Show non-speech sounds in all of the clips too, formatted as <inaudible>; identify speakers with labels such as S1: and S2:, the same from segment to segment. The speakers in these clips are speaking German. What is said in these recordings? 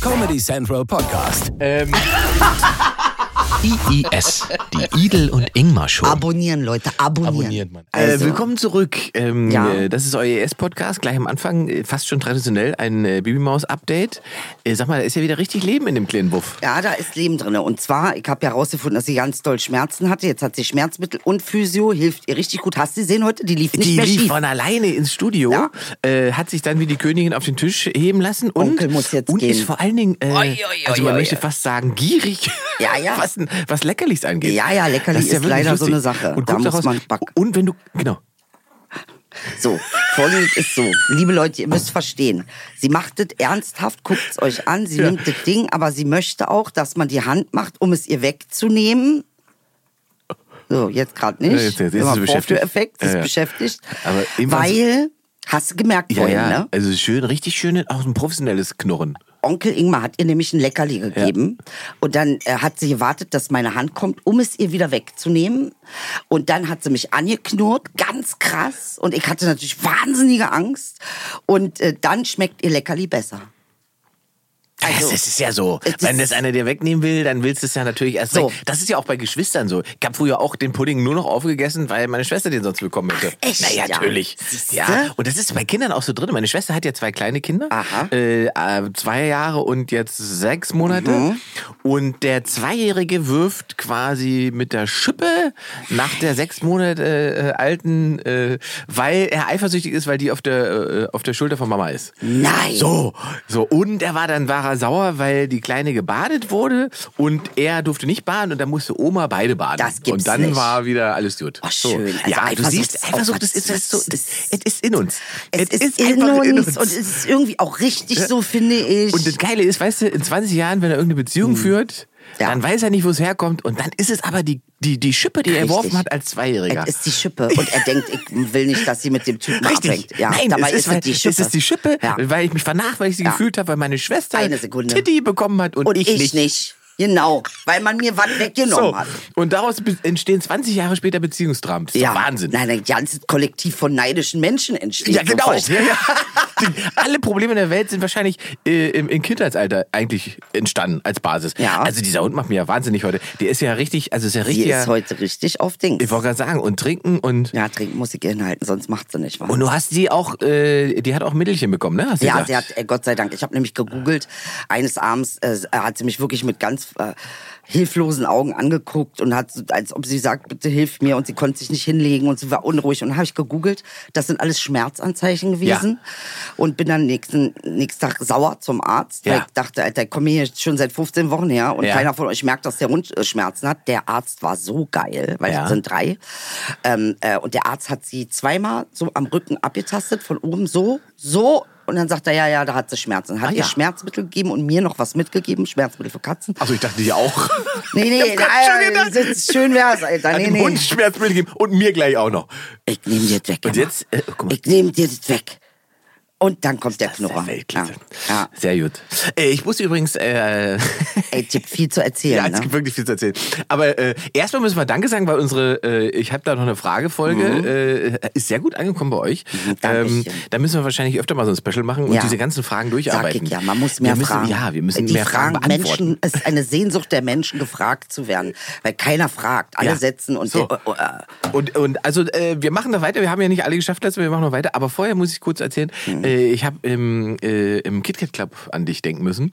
S1: Comedy Central Podcast.
S2: Ähm,
S3: IIS, die Idel und Ingmar Show.
S4: Abonnieren, Leute, abonnieren.
S2: abonniert man.
S4: Also.
S5: Äh, willkommen zurück. Ähm,
S4: Ja.
S5: äh, das ist euer ES-Podcast. Gleich am Anfang, äh, fast schon traditionell, ein äh, Babymaus-Update. Äh, sag mal, da ist ja wieder richtig Leben in dem kleinen Buff.
S4: Ja, da ist Leben drin. Und zwar, ich habe ja herausgefunden, dass sie ganz doll Schmerzen hatte. Jetzt hat sie Schmerzmittel und Physio, hilft ihr richtig gut. Hast du gesehen heute? Die lief nicht
S5: Die
S4: mehr
S5: lief
S4: schief.
S5: von alleine ins Studio,
S4: Ja.
S5: äh, hat sich dann wie die Königin auf den Tisch heben lassen und,
S4: Onkel muss jetzt
S5: und
S4: gehen.
S5: ist vor allen Dingen, äh,
S4: Oi, oi,
S5: also man
S4: oi,
S5: möchte
S4: oi.
S5: fast sagen, gierig,
S4: Ja, ja.
S5: <laughs> Was, was Leckerlis angeht.
S4: Ja, ja, Leckerli
S5: Das
S4: ist
S5: wirklich
S4: leider so eine Sache.
S5: Und
S4: Da
S5: guck
S4: muss
S5: daraus-
S4: man backen.
S5: Und wenn du, genau,
S4: So, folgendes ist so. Liebe Leute, ihr müsst verstehen. Sie macht es ernsthaft, guckt es euch an, sie nimmt das Ding, aber sie möchte auch, dass man die Hand macht, um es ihr wegzunehmen. So, jetzt gerade nicht.
S5: Ja, jetzt- jetzt ist
S4: Immer
S5: sie beschäftigt.
S4: Vorführeffekt, sie ist
S5: Ja, ja.
S4: beschäftigt.
S5: Aber immer-
S4: weil, hast du gemerkt
S5: ja,
S4: vorhin,
S5: ja,
S4: ne?
S5: also schön, richtig schön, auch ein professionelles Knurren.
S4: Onkel Ingmar hat ihr nämlich ein Leckerli gegeben. Und dann äh, hat sie gewartet, dass meine Hand kommt, um es ihr wieder wegzunehmen. Und dann hat sie mich angeknurrt, ganz krass. Und ich hatte natürlich wahnsinnige Angst. Und äh, dann schmeckt ihr Leckerli besser. Also-
S5: das ist es ja so.
S4: Es
S5: Wenn
S4: ist-
S5: das einer dir wegnehmen will, dann willst du es ja natürlich erst
S4: So.
S5: so. Das ist ja auch bei Geschwistern so. Ich habe früher auch den Pudding nur noch aufgegessen, weil meine Schwester den sonst bekommen hätte.
S4: Ach, echt?
S5: Naja,
S4: Ja.
S5: natürlich.
S4: Siehste?
S5: Ja. Und das ist bei Kindern auch so drin. Meine Schwester hat ja zwei kleine Kinder.
S4: Aha.
S5: Äh, äh, zwei Jahre und jetzt sechs Monate.
S4: Mhm.
S5: Und der Zweijährige wirft quasi mit der Schippe nach der sechs Monate äh, alten, äh, weil er eifersüchtig ist, weil die auf der, äh, auf der Schulter von Mama ist.
S4: Nein.
S5: So, so und er war dann war er sauer, weil die kleine gebadet wurde und er durfte nicht baden und dann musste Oma beide baden.
S4: Das gibt's
S5: und dann
S4: nicht.
S5: war wieder alles gut.
S4: Oh, schön. Also
S5: ja, du
S4: Eifersucht
S5: siehst,
S4: ist auch
S5: Eifersucht
S4: was-
S5: ist, ist, ist so,
S4: das-
S5: das, es ist in uns.
S4: Es, ist, in,
S5: einfach
S4: uns und es ist irgendwie auch richtig so, finde ich.
S5: Und das Geile ist, weißt du, in 20 Jahren, wenn er irgendeine Beziehung führt,
S4: Hm. Ja.
S5: dann weiß er nicht, wo es herkommt und dann ist es aber die die die Schippe, die er
S4: Richtig.
S5: geworfen hat als Zweijähriger.
S4: Es ist die Schippe. Und er denkt, ich will nicht, dass sie mit dem Typen abhängt. Ja,
S5: Nein,
S4: dabei
S5: es ist, weil,
S4: die Schippe.
S5: Es ist die Schippe,
S4: Ja.
S5: weil ich mich vernach, weil ich sie
S4: Ja.
S5: gefühlt habe, weil meine Schwester
S4: Eine Sekunde.
S5: Titty bekommen hat und,
S4: Und
S5: ich, nicht.
S4: Genau, weil man mir was weggenommen
S5: So.
S4: hat.
S5: Und daraus be- entstehen 20 Jahre später Beziehungsdramen. Das ist doch Wahnsinn.
S4: Nein, ein ganzes Kollektiv von neidischen Menschen entsteht.
S5: Ja, genau.
S4: So
S5: Ja, ja. Die- Alle Probleme der Welt sind wahrscheinlich äh, im, im Kindheitsalter eigentlich entstanden als Basis.
S4: Ja.
S5: Also dieser Hund macht mir ja wahnsinnig heute. Der ist ja richtig, also ist ja
S4: Die
S5: richtig.
S4: ist heute richtig auf Dings.
S5: ich wollte gerade sagen, und trinken und.
S4: Ja, trinken muss ich inhalten, sonst macht sie nicht was.
S5: Und du hast sie auch, äh, die hat auch Mittelchen bekommen, ne? Hast du
S4: ja,
S5: gesagt?
S4: sie hat, äh, Gott sei Dank, ich habe nämlich gegoogelt, eines Abends äh, hat sie mich wirklich mit ganz äh, hilflosen Augen angeguckt und hat, so- als ob sie sagt, bitte hilf mir und sie konnte sich nicht hinlegen und sie war unruhig und habe ich gegoogelt, das sind alles Schmerzanzeichen gewesen und bin dann nächsten, nächsten Tag sauer zum Arzt, weil
S5: Ja.
S4: ich dachte, Alter, ich komme hier jetzt schon seit 15 Wochen her und
S5: Ja.
S4: keiner von euch merkt, dass der Hund äh, Schmerzen hat. Der Arzt war so geil, weil
S5: Ja.
S4: es sind drei ähm, äh, und der Arzt hat sie zweimal so am Rücken abgetastet, von oben so, so. Und dann sagt er, ja, ja, da hat sie Schmerzen. Hat
S5: Ah,
S4: ihr
S5: ja.
S4: Schmerzmittel gegeben und mir noch was mitgegeben, Schmerzmittel für Katzen.
S5: Achso, ich dachte, die auch.
S4: Nee,
S5: <laughs>
S4: nee,
S5: Ich hab grad schon
S4: Alter,
S5: gedacht.
S4: das ist schön wär's, Alter.
S5: Hat
S4: Nee,
S5: dem
S4: nee.
S5: Hund Schmerzmittel gegeben und mir gleich auch noch.
S4: Ich nehme dir das weg.
S5: Und
S4: Emma.
S5: jetzt, äh, guck mal.
S4: Ich nehme dir das weg. Und dann kommt der Knurrer.
S5: Weltklasse.
S4: Ja. Ja.
S5: Sehr gut. Äh, ich muss übrigens, äh, <laughs>
S4: Ey, Tipp, viel zu
S5: ja,
S4: erzählen.
S5: es
S4: ne?
S5: gibt wirklich viel zu erzählen. Aber äh, erstmal müssen wir Danke sagen, weil unsere, äh, ich habe da noch eine
S4: Mhm.
S5: Fragefolge, äh, ist sehr gut angekommen bei euch. Ähm,
S4: Dankeschön.
S5: da müssen wir wahrscheinlich öfter mal so ein Special machen und
S4: Mhm, Ja.
S5: diese ganzen Fragen
S4: Sag
S5: durcharbeiten.
S4: ich ja, man muss mehr
S5: wir müssen,
S4: fragen.
S5: Ja, wir müssen
S4: Die
S5: mehr Fragen, beantworten.
S4: Menschen, es ist eine Sehnsucht der Menschen, gefragt zu werden. Weil keiner fragt. Alle
S5: Ja.
S4: setzen und...
S5: So.
S4: äh, äh,
S5: Und, und also äh, wir machen da weiter. Wir haben ja nicht alle geschafft letztes Mal, wir machen noch weiter. Aber vorher muss ich kurz erzählen,
S4: Mhm.
S5: äh, ich habe im, äh, im KitKat Club an dich denken müssen.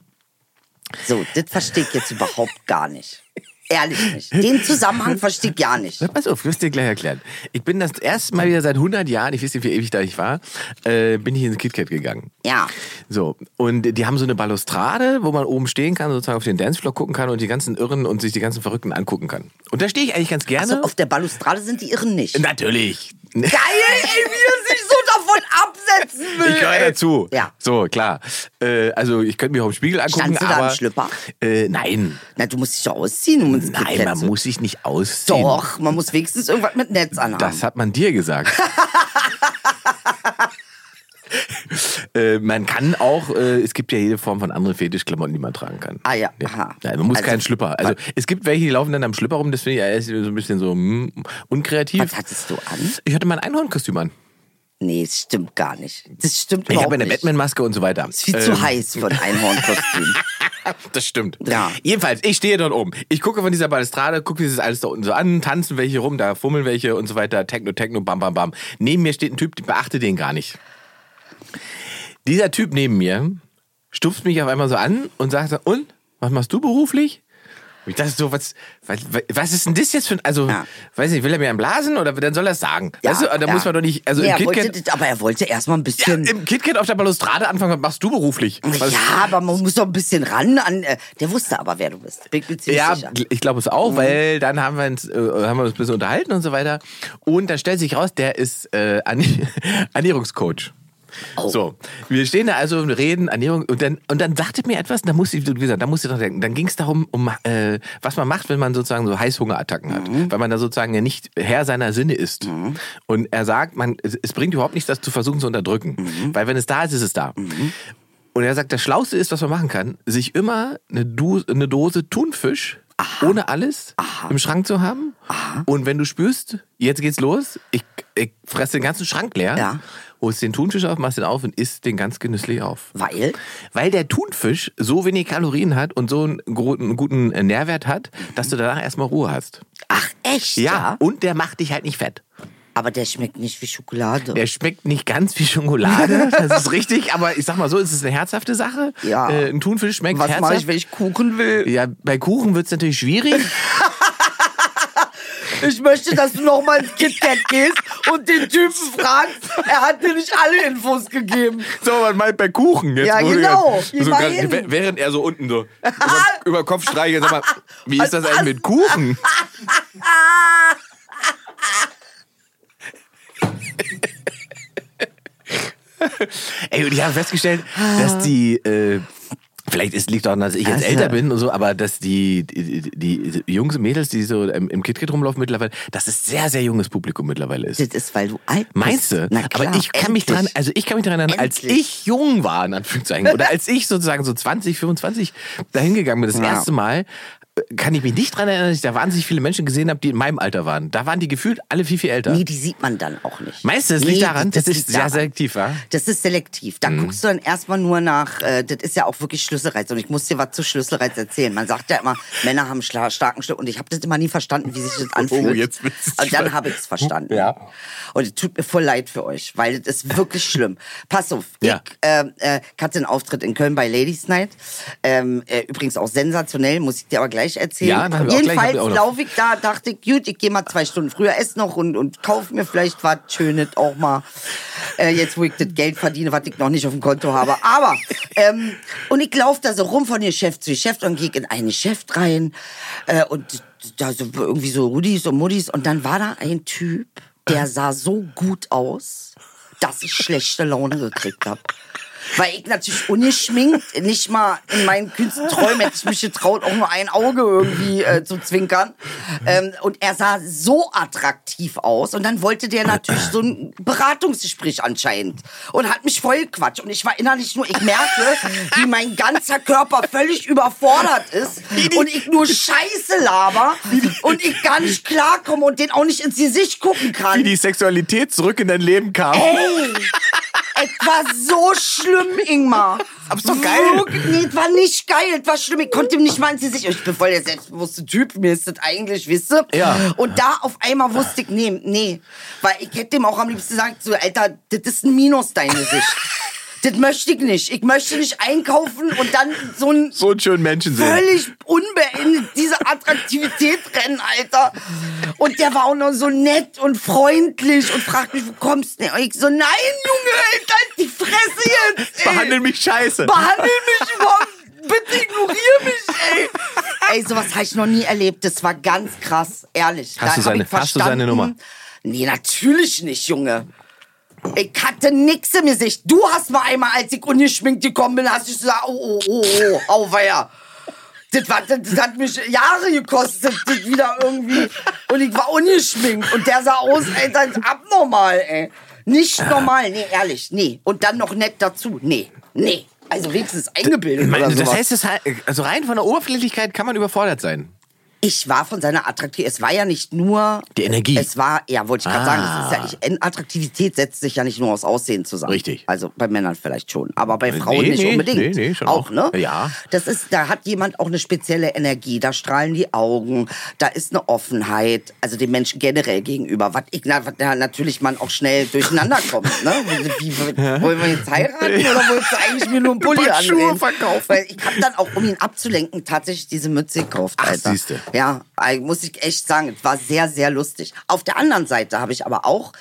S4: So, das verstehe ich jetzt überhaupt gar nicht. Ehrlich nicht. Den Zusammenhang verstehe ich gar nicht.
S5: Na, pass auf, wirst dir gleich erklären. Ich bin das erste Mal wieder seit 100 Jahren, ich weiß nicht, wie ewig da ich war, äh, bin ich ins KitKat gegangen.
S4: Ja.
S5: So, und die haben so eine Balustrade, wo man oben stehen kann, sozusagen auf den Dancefloor gucken kann und die ganzen Irren und sich die ganzen Verrückten angucken kann. Und da stehe ich eigentlich ganz gerne.
S4: Also auf der Balustrade sind die Irren nicht.
S5: Natürlich.
S4: Geil, ey, wie er sich so davon absetzen will.
S5: <laughs> Ich gehöre
S4: ey.
S5: dazu.
S4: äh, Ja.
S5: So, klar. Äh, also ich könnte mich auch im Spiegel angucken.
S4: Standst du da
S5: aber,
S4: im Schlüpper?
S5: Äh, nein.
S4: Na, du musst dich ja ausziehen. Du musst
S5: Nein,
S4: geklettert
S5: man
S4: sein.
S5: muss sich nicht ausziehen.
S4: Doch, man muss wenigstens irgendwas mit Netz anhaben.
S5: Das hat man dir
S4: <laughs>
S5: gesagt. Äh, man kann auch, äh, es gibt ja jede Form von anderen Fetischklamotten, die man tragen kann.
S4: Ah ja, aha.
S5: Nein, man muss
S4: Also-
S5: keinen Schlüpper. Also es gibt welche, die laufen dann am Schlüpper rum, das finde ich ja erst so ein bisschen so mm, unkreativ.
S4: Was hattest du an?
S5: Ich hatte mein Einhornkostüm an.
S4: nee, das stimmt gar nicht. Das stimmt
S5: Ich
S4: überhaupt
S5: habe eine
S4: nicht.
S5: Batman-Maske und so weiter. Ähm, <laughs>
S4: ist viel zu heiß für ein Einhornkostüm.
S5: Das stimmt.
S4: Ja.
S5: Jedenfalls, ich stehe dort oben. Ich gucke von dieser Balustrade, gucke dieses alles da unten so an, tanzen welche rum, da fummeln welche und so weiter. Techno, Techno, bam, bam, bam. Neben mir steht ein Typ, ich beachte den gar nicht. Dieser Typ neben mir stupst mich auf einmal so an und sagt so, und, was machst du beruflich? Und ich dachte so, was, was, was ist denn das jetzt für ein, also,
S4: Ja.
S5: weiß nicht, will er mir einen blasen oder dann soll er es sagen?
S4: Ja,
S5: weißt du, da
S4: ja.
S5: muss man doch nicht, also
S4: Nee,
S5: im
S4: er
S5: KitKat,
S4: wollte, aber er wollte erstmal ein
S5: ja,
S4: bisschen.
S5: im KitKat auf der Balustrade anfangen, was machst du beruflich? Was,
S4: Ja, aber man muss doch ein bisschen ran an. Äh, der wusste aber, wer du bist. Bin ich mir ziemlich
S5: Ja,
S4: sicher. Mhm.
S5: gl- ich glaube es auch, weil dann haben wir, uns, äh, haben wir uns ein bisschen unterhalten und so weiter. Und dann stellt sich raus, der ist äh, <laughs> Ernäh- Ernährungscoach. So, wir stehen da also und reden, Ernährung, und dann, und dann sagte mir etwas, da musste ich, wie gesagt, da musste ich dran denken. Dann ging es darum, um, äh, was man macht, wenn man sozusagen so Heißhungerattacken hat, weil man da sozusagen ja nicht Herr seiner Sinne ist. Und er sagt, man, es, es bringt überhaupt nichts, das zu versuchen zu unterdrücken, weil wenn es da ist, ist es da. Und er sagt, das Schlauste ist, was man machen kann, sich immer eine, Do eine Dose Thunfisch ohne alles im Schrank zu haben. Und wenn du spürst, jetzt geht's los, ich, ich fresse den ganzen Schrank leer,
S4: Ja.
S5: holst den Thunfisch auf, machst den auf und isst den ganz genüsslich auf.
S4: Weil?
S5: Weil der Thunfisch so wenig Kalorien hat und so einen, gro- einen guten äh, Nährwert hat, dass du danach erstmal Ruhe hast.
S4: Ach, echt?
S5: Und der macht dich halt nicht fett.
S4: Aber der schmeckt nicht wie Schokolade.
S5: Der schmeckt nicht ganz wie
S4: <laughs>
S5: Schokolade, das ist richtig, aber ich sag mal so, es ist eine herzhafte Sache.
S4: Ja.
S5: Äh, ein Thunfisch schmeckt
S4: Was
S5: herzhaft.
S4: mache ich, wenn ich Kuchen will?
S5: Ja, bei Kuchen wird's natürlich schwierig.
S4: Ich möchte, dass du nochmal ins KitKat gehst und den Typen fragst. Er hat dir nicht alle Infos gegeben.
S5: <laughs> So, man meint bei Kuchen. Jetzt
S4: Ja,
S5: wurde
S4: genau.
S5: ganz- So
S4: Immerhin.
S5: ganz- wä- Also während er so unten so
S4: <laughs>
S5: über, über Kopf streichelt, sag mal, wie ist das eigentlich mit Kuchen? <laughs> Ey, und ich habe festgestellt, dass die, äh, vielleicht ist, liegt daran, dass ich jetzt
S4: Also.
S5: älter bin und so, aber dass die, die, die die Jungs und Mädels, die so im, im KitKat rumlaufen mittlerweile, dass es sehr, sehr junges Publikum mittlerweile ist.
S4: Das ist, weil du alt bist.
S5: Meinst du?
S4: Na klar,
S5: aber ich kann mich
S4: endlich.
S5: dran, also ich kann mich daran erinnern, als
S4: Endlich.
S5: ich jung war, in Anführungszeichen, oder als ich sozusagen so 20, 25 dahin gegangen bin, das
S4: Ja.
S5: erste Mal, äh, kann ich mich nicht daran erinnern, dass ich da wahnsinnig viele Menschen gesehen habe, die in meinem Alter waren. Da waren die gefühlt alle viel, viel älter.
S4: Nee, die sieht man dann auch nicht.
S5: Meinst du, das liegt daran? Das ist
S4: liegt
S5: sehr
S4: daran.
S5: selektiv, wa?
S4: Das ist selektiv.
S5: Mhm.
S4: Da guckst du dann erstmal nur nach, äh, das ist ja auch wirklich Schlüsselreiz. Und ich muss dir was zu Schlüsselreiz erzählen. Man sagt ja immer, Männer haben schla starken Schlüssel. Und ich habe das immer nie verstanden, wie sich
S5: <laughs>
S4: das anfühlt.
S5: Oh, jetzt wird's
S4: Und dann
S5: spannend.
S4: habe ich es verstanden.
S5: Ja.
S4: Und es tut mir voll leid für euch, weil das ist
S5: <laughs>
S4: wirklich schlimm. Pass auf,
S5: Ja.
S4: ich äh, äh, hatte einen Auftritt in Köln bei Ladies Night. Ähm, äh, übrigens auch sensationell, muss ich dir aber gleich erzählen.
S5: Ja, dann haben wir auch gleich-
S4: Jedenfalls
S5: hab ich auch noch.
S4: laufe Lauf ich da, dachte ich, gut, ich gehe mal zwei Stunden früher, esse noch und, und kauf mir vielleicht was Schönes auch mal. Äh, jetzt, wo ich das Geld verdiene, was ich noch nicht auf dem Konto habe. Aber, ähm, und ich laufe da so rum von Geschäft zu Geschäft und gehe in ein Geschäft rein. Äh, und da so irgendwie so Rudis und Muddis. Und dann war da ein Typ, der sah so gut aus, dass ich schlechte Laune gekriegt habe. Weil ich natürlich ungeschminkt, nicht mal in meinen kühnsten Träumen hätte ich mich getraut, auch nur ein Auge irgendwie äh, zu zwinkern. Ähm, und er sah so attraktiv aus. Und dann wollte der natürlich so ein Beratungsgespräch anscheinend. Und hat mich voll gequatscht. Und ich war innerlich nur, ich merke, wie mein ganzer Körper völlig überfordert ist. Und ich nur Scheiße laber. Und ich gar nicht klarkomme und den auch nicht ins Gesicht gucken kann.
S5: Sexualität zurück in dein Leben kam.
S4: Ey, es war so schlimm, Ingmar.
S5: Aber ist doch geil.
S4: Wirklich, Nee, es war nicht geil, es war schlimm. Ich konnte ihm nicht mal ins Gesicht. Ich bin voll der selbstbewusste Typ, mir ist das eigentlich, wisst ihr?
S5: Ja.
S4: Und da auf einmal wusste ich, nee, nee. Weil ich hätte ihm auch am liebsten gesagt, so, Alter, das ist ein Minus, dein Gesicht. das möchte ich nicht. Ich möchte nicht einkaufen und dann so ein
S5: So einen schönen Menschen sehen.
S4: völlig unbeendet diese Attraktivität rennen, Alter. Und der war auch noch so nett und freundlich und fragt mich, wo kommst du denn? Und ich so, nein, Junge, Alter, halt die Fresse jetzt, ey.
S5: Behandle mich scheiße.
S4: Behandel mich überhaupt. Bitte ignoriere mich, ey. Ey, sowas habe ich noch nie erlebt. Das war ganz krass, ehrlich.
S5: Hast du
S4: hab
S5: seine-
S4: ich
S5: hast du seine
S4: verstanden.
S5: Nummer?
S4: Nee, natürlich nicht, Junge. Ich hatte nix im Gesicht. Du hast mal einmal, als ich ungeschminkt gekommen bin, hast du gesagt, oh, oh, oh, oh, auweia. Das, war, das, das hat mich Jahre gekostet, das wieder irgendwie. Und ich war ungeschminkt. Und der sah aus, ey, das ist abnormal, ey. Nicht normal, nee, ehrlich, nee. Und dann noch nett dazu, nee, nee. Also wenigstens eingebildet
S5: Ich meine,
S4: oder sowas.
S5: das heißt, das, halt- also rein von der Oberflächlichkeit kann man überfordert sein.
S4: Ich war von seiner Attraktivität, es war ja nicht nur...
S3: Die Energie.
S4: Es war, ja, wollte ich gerade
S3: Ah.
S4: sagen, es ist ja nicht, Attraktivität setzt sich ja nicht nur aus Aussehen zusammen.
S3: Richtig.
S4: Also bei Männern vielleicht schon, aber bei
S5: Nee,
S4: Frauen nicht
S5: nee,
S4: unbedingt.
S5: nee, nee, schon
S4: auch,
S5: auch.
S4: ne?
S5: Ja.
S4: Das ist, da hat jemand auch eine spezielle Energie, da strahlen die Augen, da ist eine Offenheit, also den Menschen generell gegenüber, was ich, na, was na, natürlich man auch schnell durcheinander kommt, ne? Wie, wie, wollen wir jetzt heiraten oder wolltest du eigentlich mir
S5: <laughs>
S4: nur einen Pulli
S5: Paar Schuhe
S4: ansehen?
S5: verkaufen.
S4: Weil ich habe dann auch, um ihn abzulenken, tatsächlich diese Mütze gekauft,
S3: Ach,
S4: Alter.
S3: siehste.
S4: Ja, also muss ich echt sagen, es war sehr, sehr lustig. Auf der anderen Seite habe ich aber auch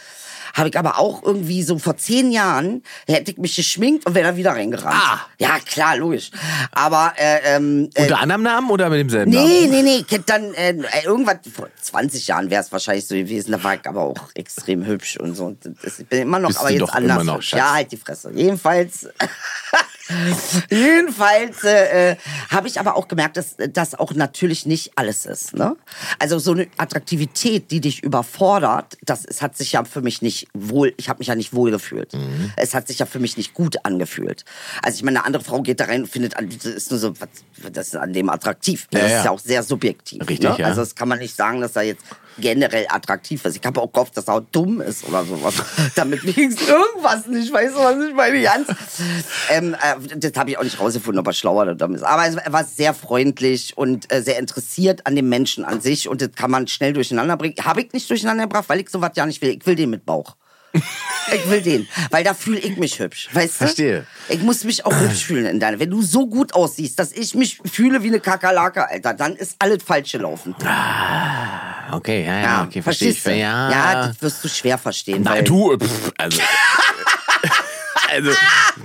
S4: habe ich aber auch irgendwie so vor zehn Jahren hätte ich mich geschminkt und wäre da wieder reingerannt.
S3: Ah.
S4: Ja, klar, logisch. Aber äh, ähm, äh,
S5: Unter anderem Namen oder mit demselben Namen?
S4: nee, nee, nee, ich hätte dann äh, irgendwann vor 20 Jahren wäre es wahrscheinlich so gewesen, da war ich aber auch <laughs> extrem hübsch und so. Und das, ich bin immer noch,
S5: Bist
S4: aber
S5: du
S4: jetzt
S5: doch
S4: anders.
S5: immer noch,
S4: hübsch.
S5: Schatz.
S4: ja, halt die Fresse. Jedenfalls Jedenfalls äh, äh, habe ich aber auch gemerkt, dass das auch natürlich nicht alles ist. Ne? Also so eine Attraktivität, die dich überfordert, das es hat sich ja für mich nicht wohl, ich habe mich ja nicht wohl gefühlt.
S5: Mhm.
S4: Es hat sich ja für mich nicht gut angefindet. Also ich meine, eine andere Frau geht da rein und findet, an- das ist nur so, was, das ist an dem attraktiv. Das
S5: Ja,
S4: ist
S5: ja.
S4: ja auch sehr subjektiv.
S5: Richtig,
S4: ne?
S5: ja.
S4: Also das kann man nicht sagen, dass er jetzt generell attraktiv ist. Ich habe auch gehofft, dass er auch dumm ist oder
S5: <laughs>
S4: sowas. Damit wenigstens irgendwas nicht, weißt du, was ich meine? Ganz. Ähm, äh, das habe ich auch nicht rausgefunden, ob er schlauer oder dumm ist. Aber es- er war sehr freundlich und äh, sehr interessiert an dem Menschen an sich. Und das kann man schnell durcheinander bringen. Habe ich nicht durcheinander gebracht, weil ich sowas ja nicht will. Ich will den mit Bauch. Ich will den, weil da fühle ich mich hübsch, weißt du?
S5: Verstehe.
S4: Ich muss mich auch hübsch fühlen in deiner. Wenn du so gut aussiehst, dass ich mich fühle wie eine Kakerlake, Alter, dann ist alles falsch gelaufen.
S5: Okay, ja, ja, okay, verstehe ich.
S4: verstehst du?
S5: Ja,
S4: ja, das wirst du schwer verstehen.
S5: Na,
S4: weil
S5: du, äh, pff, also. <laughs> Also,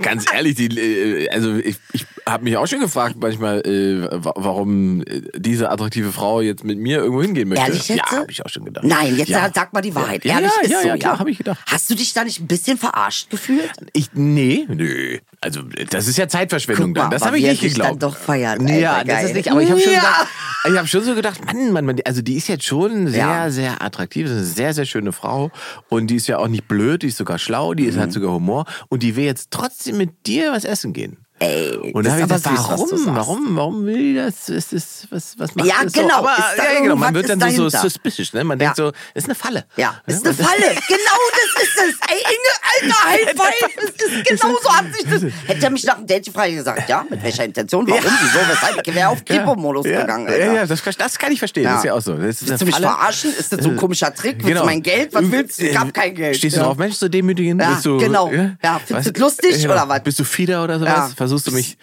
S5: ganz ehrlich, die, äh, also ich, ich habe mich auch schon gefragt manchmal, äh, wa- warum äh, diese attraktive Frau jetzt mit mir irgendwo hingehen möchte.
S4: Ehrlich jetzt?
S5: Ja, habe ich auch schon gedacht.
S4: Nein, jetzt
S5: ja.
S4: sag- sag mal die Wahrheit.
S5: Ja,
S4: Ehrlich
S5: ja,
S4: ist
S5: ja,
S4: so,
S5: ja, klar, hab ich gedacht.
S4: Hast du dich da nicht ein bisschen verarscht gefühlt?
S5: Ich, nee, nee. Also, das ist ja Zeitverschwendung
S4: Guck mal,
S5: dann. Das
S4: aber
S5: habe ich
S4: wie er
S5: nicht
S4: sich
S5: geglaubt.
S4: dann doch feiert,
S5: Ja,
S4: Alter,
S5: das
S4: geil.
S5: ist nicht, aber ich habe schon,
S4: Ja.
S5: gedacht- ich hab schon so gedacht, Mann, Mann, Mann, die- also die ist jetzt schon sehr,
S4: Ja.
S5: sehr attraktiv. Das ist eine sehr, sehr schöne Frau. Und die ist ja auch nicht blöd, die ist sogar schlau, die ist,
S4: Mhm.
S5: hat sogar Humor. Und die will jetzt trotzdem mit dir was essen gehen.
S4: Ey,
S5: Und
S4: das
S5: da habe ich
S4: ist
S5: gedacht,
S4: aber süß, was
S5: warum,
S4: du sagst.
S5: warum, warum will die das? Ist das was, was macht
S4: Ja,
S5: das so?
S4: genau,
S5: Aber,
S4: ist da
S5: ja, genau. Man
S4: irgendwas
S5: wird dann
S4: ist
S5: so, so
S4: dahinter.
S5: suspicious, ne? Man denkt so, ist eine Falle.
S4: Ja, ist
S5: Ne?
S4: eine
S5: <laughs>
S4: Falle. genau das ist es. Ey, Inge, Alter, halt fein. Es ist genau so hat sich das. Hätte er mich nach dem Date gefragt, gesagt, ja, mit welcher Intention, warum, wieso, weshalb? Ich wäre auf Kipo-Modus
S5: <laughs> ja,
S4: gegangen,
S5: ja,
S4: Alter.
S5: Ja, das, das kann ich verstehen. Das ist ja auch so. Das ist eine
S4: willst du mich
S5: Falle. Äh, genau.
S4: verarschen? Ist das so ein komischer Trick? Willst du mein Geld? Was willst du? Ich hab kein Geld.
S5: Stehst du
S4: Ja.
S5: drauf, ne? Mensch, so demütigen?
S4: Ja,
S5: Bist du,
S4: genau. Ja, findest
S5: was?
S4: du das lustig oder was?
S5: Bist du Fieder oder sowas?
S4: Ja.
S5: Versuchst du mich.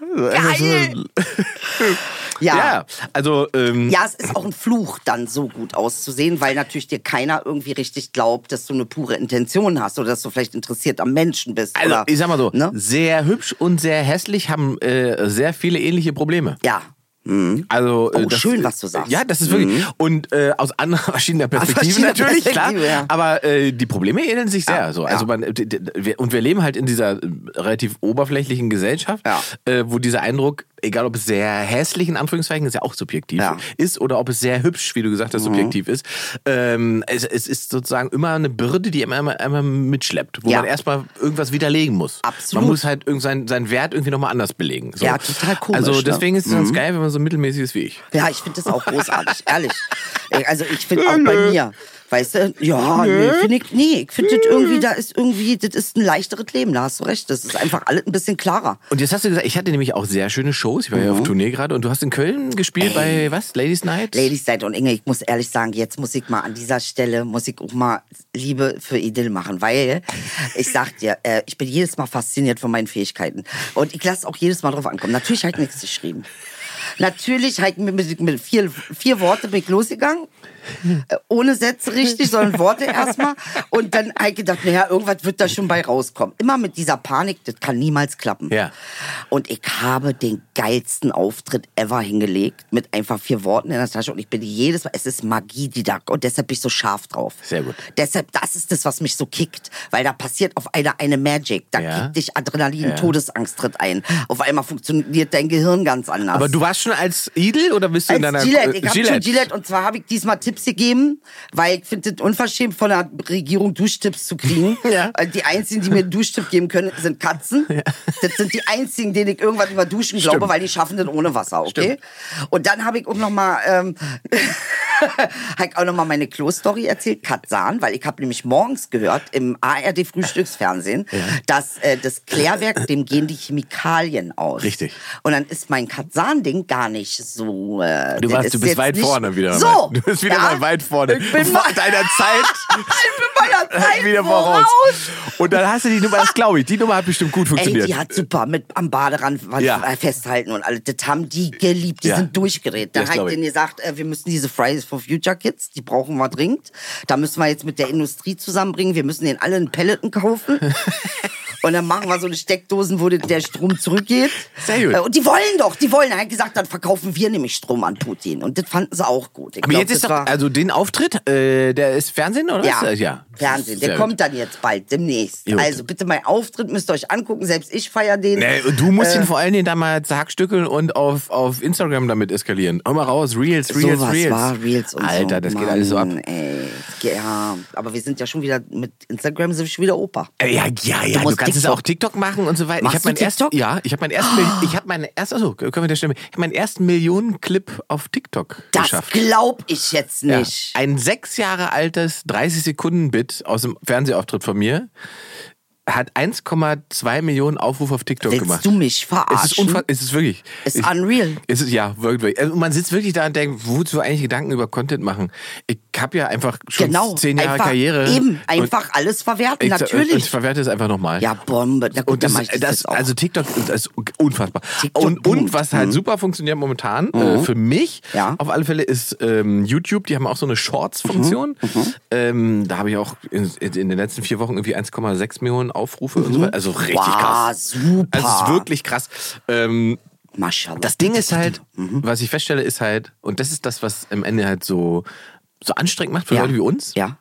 S4: Geil. Ja.
S5: Ja, also. Ähm,
S4: Ja, es ist auch ein Fluch, dann so gut auszusehen, weil natürlich dir keiner irgendwie richtig glaubt, dass du eine pure Intention hast oder dass du vielleicht interessiert am Menschen bist.
S5: Also,
S4: oder,
S5: ich sag mal so,
S4: Ne?
S5: sehr hübsch und sehr hässlich haben äh, sehr viele ähnliche Probleme.
S4: Ja.
S5: Also äh,
S4: Oh, schön, was du sagst. Mhm.
S5: Ja, das ist wirklich und äh, aus anderen <laughs> verschiedener Perspektiven
S4: verschiedener
S5: natürlich
S4: Perspektive,
S5: klar.
S4: ja. Ah,
S5: Aber äh, die Probleme ähneln sich sehr.
S4: Ja,
S5: so. Also
S4: ja.
S5: man, d- d- wir- und wir leben halt in dieser äh, relativ oberflächlichen Gesellschaft,
S4: Ja.
S5: äh, wo dieser Eindruck, egal ob es sehr hässlich in Anführungszeichen, ist ja auch subjektiv
S4: Ja. Mhm.
S5: ist oder ob es sehr hübsch, wie du gesagt hast, subjektiv ist. Ähm, es, es ist sozusagen immer eine Bürde, die immer, immer, immer mitschleppt, wo
S4: Ja.
S5: man erstmal irgendwas widerlegen muss.
S4: Absolut.
S5: Man muss halt irgend seinen, seinen Wert irgendwie nochmal anders belegen. So.
S4: Ja, total komisch,
S5: Also
S4: ne?
S5: deswegen ist es ganz geil, wenn man so mittelmäßig ist wie ich.
S4: Ja, ich finde das auch großartig,
S5: <laughs>
S4: ehrlich. Äh, Also ich finde auch bei mir, weißt du, ja, nee, finde ich, nee, ich finde das irgendwie, da ist irgendwie, das ist ein leichteres Leben, da hast du recht, das ist einfach alles ein bisschen klarer.
S5: Und jetzt hast du gesagt, ich hatte nämlich auch sehr schöne Shows. Ich war ja
S4: Mhm.
S5: auf Tournee gerade und du hast in Köln gespielt bei was? Ladies Night?
S4: Ladies Seid und Inge, ich muss ehrlich sagen, jetzt muss ich mal an dieser Stelle, muss ich auch mal Liebe für Idil machen, weil ich sag dir, äh, ich bin jedes Mal fasziniert von meinen Fähigkeiten. Und ich lasse auch jedes Mal drauf ankommen. Natürlich halt nichts geschrieben. Natürlich halt mit, mit, mit vier, vier Worte bin ich losgegangen. Äh, Ohne Sätze richtig, sondern Worte erstmal. Und dann halt gedacht, naja, irgendwas wird da schon bei rauskommen. Immer mit dieser Panik, das kann niemals klappen.
S5: Ja.
S4: Und ich habe den geilsten Auftritt ever hingelegt mit einfach vier Worten in der Tasche und ich bin jedes Mal, es ist Magie, die da, und deshalb bin ich so scharf drauf.
S5: Sehr gut.
S4: Deshalb, das ist das, was mich so kickt, weil da passiert auf einer eine Magic, da
S5: Ja.
S4: kickt dich Adrenalin,
S5: Ja.
S4: Todesangst tritt ein. Auf einmal funktioniert dein Gehirn ganz anders.
S5: Aber du warst warst schon als Idel oder bist du in deiner
S4: als Gillette. Ich
S5: äh,
S4: habe schon Gillette und zwar habe ich diesmal Tipps gegeben, weil ich finde es unverschämt von der Regierung Duschtipps zu kriegen.
S5: <laughs> Ja.
S4: Äh, Die einzigen, die mir einen Duschtipp geben können, sind Katzen. Das sind die einzigen, denen ich irgendwas über Duschen glaube, weil die schaffen das ohne Wasser, okay? Und dann habe ich auch noch mal ähm, <laughs> habe ich auch noch mal meine Klo-Story erzählt, Katzan, weil ich habe nämlich morgens gehört im ARD Frühstücksfernsehen, dass äh, das Klärwerk, dem gehen die Chemikalien aus.
S5: Richtig.
S4: Und dann ist mein Katzan-Ding gar nicht so. Äh,
S5: Du,
S4: das
S5: warst, du
S4: ist
S5: bist
S4: jetzt
S5: weit
S4: nicht-
S5: vorne wieder.
S4: So!
S5: mal. Du bist wieder
S4: ja?
S5: mal weit vorne.
S4: Ich bin
S5: Vor
S4: mal-
S5: deiner Zeit
S4: <laughs> ich bin meiner
S5: <laughs>
S4: Zeit
S5: wieder voraus. Und dann hast du die Nummer, das glaube ich, die Nummer hat bestimmt gut
S4: Ey,
S5: funktioniert.
S4: die hat super mit am Baderand was
S5: Ja.
S4: festhalten und alles. Das haben die geliebt. Die
S5: Ja.
S4: sind durchgedreht.
S5: Das
S4: Dann
S5: glaub
S4: habe
S5: ich.
S4: ich denen gesagt, äh, wir müssen diese Fridays for Future Kids, die brauchen wir dringend. Da müssen wir jetzt mit der Industrie zusammenbringen. Wir müssen denen alle einen
S5: <laughs>
S4: Pelleten kaufen. Und dann machen wir so eine Steckdosen, wo der Strom zurückgeht.
S5: Sehr gut.
S4: Äh, Und die wollen doch, die wollen. Er hat gesagt, dann verkaufen wir nämlich Strom an Putin. Und das fanden sie auch gut. Ich
S5: Aber
S4: glaub,
S5: jetzt ist
S4: das
S5: doch,
S4: war-
S5: also den Auftritt, äh, der ist Fernsehen oder?
S4: ja,
S5: Ist das- ja.
S4: Fernsehen.
S5: Sehr
S4: Der
S5: gut.
S4: kommt dann jetzt bald, demnächst.
S5: Gut.
S4: Also bitte mein Auftritt, müsst ihr euch angucken. Selbst ich feier den.
S5: Nee, und du
S4: Äh.
S5: musst ihn vor allen Dingen da mal zerhackstückeln und auf, auf Instagram damit eskalieren. Hör mal raus, Reels, Reels,
S4: Sowas
S5: Reels.
S4: war Reels und
S5: Alter,
S4: so.
S5: das
S4: Mann,
S5: geht alles so ab.
S4: Ey. Ja, aber wir sind ja schon wieder mit Instagram sind wir schon wieder Opa.
S5: Äh, Ja, ja, ja. Du,
S4: musst
S5: kannst es
S4: TikTok.
S5: auch TikTok machen und so weiter.
S4: Machst
S5: ich habe
S4: du TikTok? Ah.
S5: ja, ich habe meinen ersten, Mil- ich habe meinen ersten, also können wir der Stimme, ich habe meinen ersten Millionen-Clip auf TikTok
S4: Das
S5: geschafft.
S4: glaub ich jetzt nicht.
S5: Ja. Ein sechs Jahre altes 30 Sekunden Bit aus dem Fernsehauftritt von mir hat 1,2 Millionen Aufrufe auf TikTok
S4: Willst
S5: gemacht.
S4: du
S5: es
S4: mich
S5: ist unfassbar,
S4: verarschen?
S5: es ist wirklich.
S4: Ist
S5: Ich-
S4: unreal.
S5: Es ist ja wirklich. Also man sitzt wirklich da und denkt, wozu eigentlich Gedanken über Content machen? Ich habe ja einfach schon
S4: genau.
S5: zehn Jahre
S4: einfach,
S5: Karriere.
S4: Eben,
S5: und
S4: einfach alles verwerten,
S5: ich- Und ich
S4: natürlich.
S5: verwerte es einfach nochmal.
S4: Ja, Bombe. Na gut,
S5: Und das,
S4: dann mach ich das,
S5: das,
S4: jetzt auch.
S5: also TikTok das ist unfassbar.
S4: TikTok
S5: und,
S4: boomt.
S5: und was halt super funktioniert momentan äh, für mich
S4: Ja.
S5: auf alle Fälle ist ähm, YouTube. Die haben auch so eine Shorts-Funktion.
S4: Mhm.
S5: Ähm, da habe ich auch in, in den letzten vier Wochen irgendwie 1,6 Millionen Aufrufe und so weiter. Also richtig
S4: Mhm. Wow,
S5: krass.
S4: super.
S5: Also es ist wirklich krass. Ähm,
S4: Maschallah.
S5: das Ding ist halt,
S4: mhm.
S5: was ich feststelle, ist halt, und das ist das, was am Ende halt so, so anstrengend macht für
S4: ja.
S5: Leute wie uns.
S4: Ja.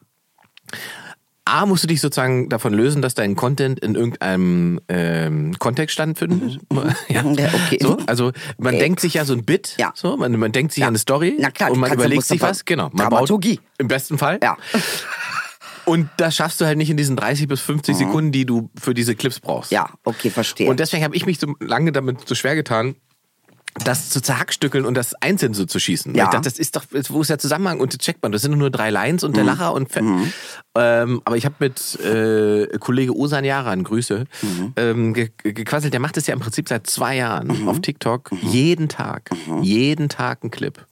S5: A, musst du dich sozusagen davon lösen, dass dein Content in irgendeinem ähm, Kontext stattfindet. <laughs> Ja,
S4: Mhm. Ja, okay.
S5: So, also man denkt sich ja so ein Bit,
S4: Ja.
S5: so, man, man denkt sich ja. eine Story
S4: Na klar,
S5: und
S4: die
S5: man
S4: kannst du-
S5: überlegt
S4: musst du
S5: sich
S4: ver-
S5: was, genau. Man
S4: Dramaturgie.
S5: Baut, Im besten Fall.
S4: Ja.
S5: Und das schaffst du halt nicht in diesen 30 bis 50 Sekunden, die du für diese Clips brauchst.
S4: Mhm. Ja, okay, verstehe.
S5: Und deswegen habe ich mich so lange damit so schwer getan, das zu zerhackstückeln und das einzeln so zu schießen.
S4: Ja.
S5: Ich dachte, das ist doch, wo ist der Zusammenhang? Und das checkt man, das sind nur drei Lines und
S4: Mhm.
S5: der Lacher und Fe ähm, Aber ich habe mit äh, Kollege Osan Yaran, Grüße,
S4: Mhm.
S5: ähm, ge ge- gequasselt. Der macht das ja im Prinzip seit zwei Jahren auf TikTok.
S4: Mhm.
S5: Jeden Tag. Jeden Tag einen Clip.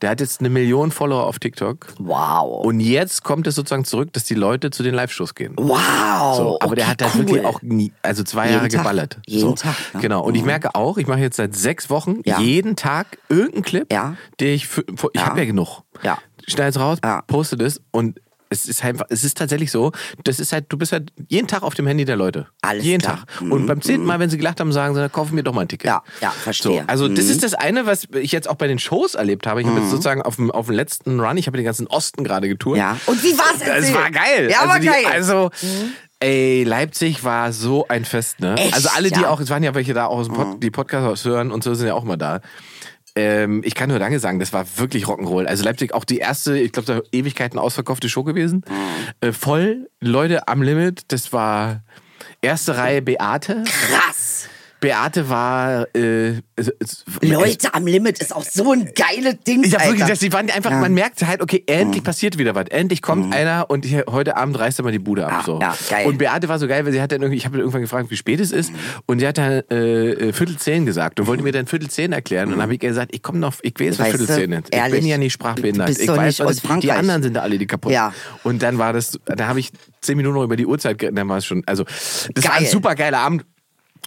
S5: Der hat jetzt eine Million Follower auf TikTok.
S4: Oh. wow.
S5: Und jetzt kommt es sozusagen zurück, dass die Leute zu den Live-Shows gehen.
S4: wow.
S5: So, aber der
S4: okay,
S5: hat da
S4: cool.
S5: wirklich auch nie, also zwei
S4: Jeden
S5: Jahre
S4: Tag.
S5: geballert.
S4: Jeden
S5: so.
S4: Tag, ne?
S5: Genau. Und ich merke auch, ich mache jetzt seit sechs Wochen
S4: Ja.
S5: jeden Tag irgendeinen Clip,
S4: Ja.
S5: der ich für, vor- ich
S4: Ja.
S5: habe ja genug.
S4: Ja.
S5: Schneid's raus,
S4: Ja.
S5: poste das und es ist halt, es ist tatsächlich so, das ist halt, du bist halt jeden Tag auf dem Handy der Leute.
S4: Alles
S5: jeden
S4: klar. Mhm.
S5: Tag. Und beim zehnten Mal, wenn sie gelacht haben, sagen sie, dann kaufen wir doch mal ein Ticket.
S4: Ja, ja, verstehe.
S5: So, also das
S4: Mhm.
S5: ist das eine, was ich jetzt auch bei den Shows erlebt habe. Ich habe jetzt sozusagen auf dem, auf dem letzten Run, ich habe den ganzen Osten gerade getourt.
S4: Ja. Und wie war's?
S5: Es
S4: Erzähl.
S5: war geil.
S4: Ja,
S5: also
S4: war
S5: die,
S4: geil.
S5: Also, ey, Leipzig war so ein Fest, ne?
S4: Mhm. Echt,
S5: also alle, die
S4: ja. Mhm.
S5: auch, es waren ja welche da auch aus dem Pod, die Podcasts hören und so sind ja auch mal da. Ähm, ich kann nur Danke sagen, das war wirklich Rock'n'Roll. Also Leipzig auch die erste, ich glaube, da Ewigkeiten ausverkaufte Show gewesen.
S4: Mhm.
S5: Äh, voll, Leute am Limit, das war erste Reihe Beate.
S4: Krass.
S5: Beate war äh, es- es-
S4: Leute am Limit ist auch so ein geiles Ding.
S5: ich habe wirklich,
S4: Alter. Mhm.
S5: dass die waren einfach, man merkt halt, okay, endlich passiert wieder was. Endlich kommt einer und hier, heute Abend reißt er mal die Bude ab.
S4: Ja,
S5: so.
S4: Mhm. Ah, ja, geil. Mhm.
S5: Und Beate war so geil, weil sie hat dann irgendwie, ich habe irgendwann gefragt, wie spät es ist. Und sie hat dann äh, äh, Viertel zehn gesagt und wollte mir dann Viertel zehn erklären. Und dann habe ich ihr gesagt, ich komme noch, ich weiß, was
S4: Mhm. Weißt
S5: Viertel
S4: du,
S5: zehn ist. Ich
S4: ehrlich,
S5: bin ja nicht sprachbehindert.
S4: du bist
S5: ich
S4: doch
S5: weiß,
S4: nicht
S5: was
S4: aus
S5: es- Die
S4: Frankreich.
S5: anderen sind da alle die kaputt.
S4: Ja.
S5: Und dann war das, da habe ich zehn Minuten noch über die Uhrzeit geredet, dann war es schon, also das war ein
S4: Geil.
S5: super geiler Abend.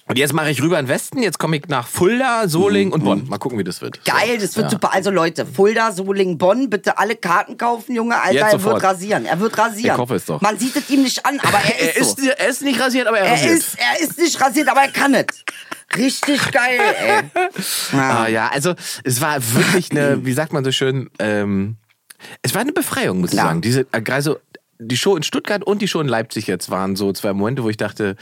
S5: Und jetzt mache ich rüber in den Westen, jetzt komme ich nach Fulda, Solingen und Bonn. Mal gucken, wie das wird.
S4: Mhm. Geil, das wird super. Also Leute, Fulda, Solingen, Bonn, bitte alle Karten kaufen, Junge. Alter,
S5: Jetzt
S4: er
S5: sofort.
S4: wird rasieren. Er wird rasieren.
S5: Ich hoffe es doch.
S4: Man sieht es ihm nicht an, aber
S5: <laughs>
S4: er ist,
S5: Er ist,
S4: so.
S5: er ist nicht rasiert, aber er,
S4: Er
S5: rasiert.
S4: ist, er ist nicht rasiert, aber er kann es. Richtig geil, ey.
S5: Ah, ja, also es war wirklich eine, wie sagt man so schön, ähm, es war eine Befreiung, muss ich
S4: Klar.
S5: sagen. Diese, also die Show in Stuttgart und die Show in Leipzig jetzt waren so zwei Momente, wo ich dachte,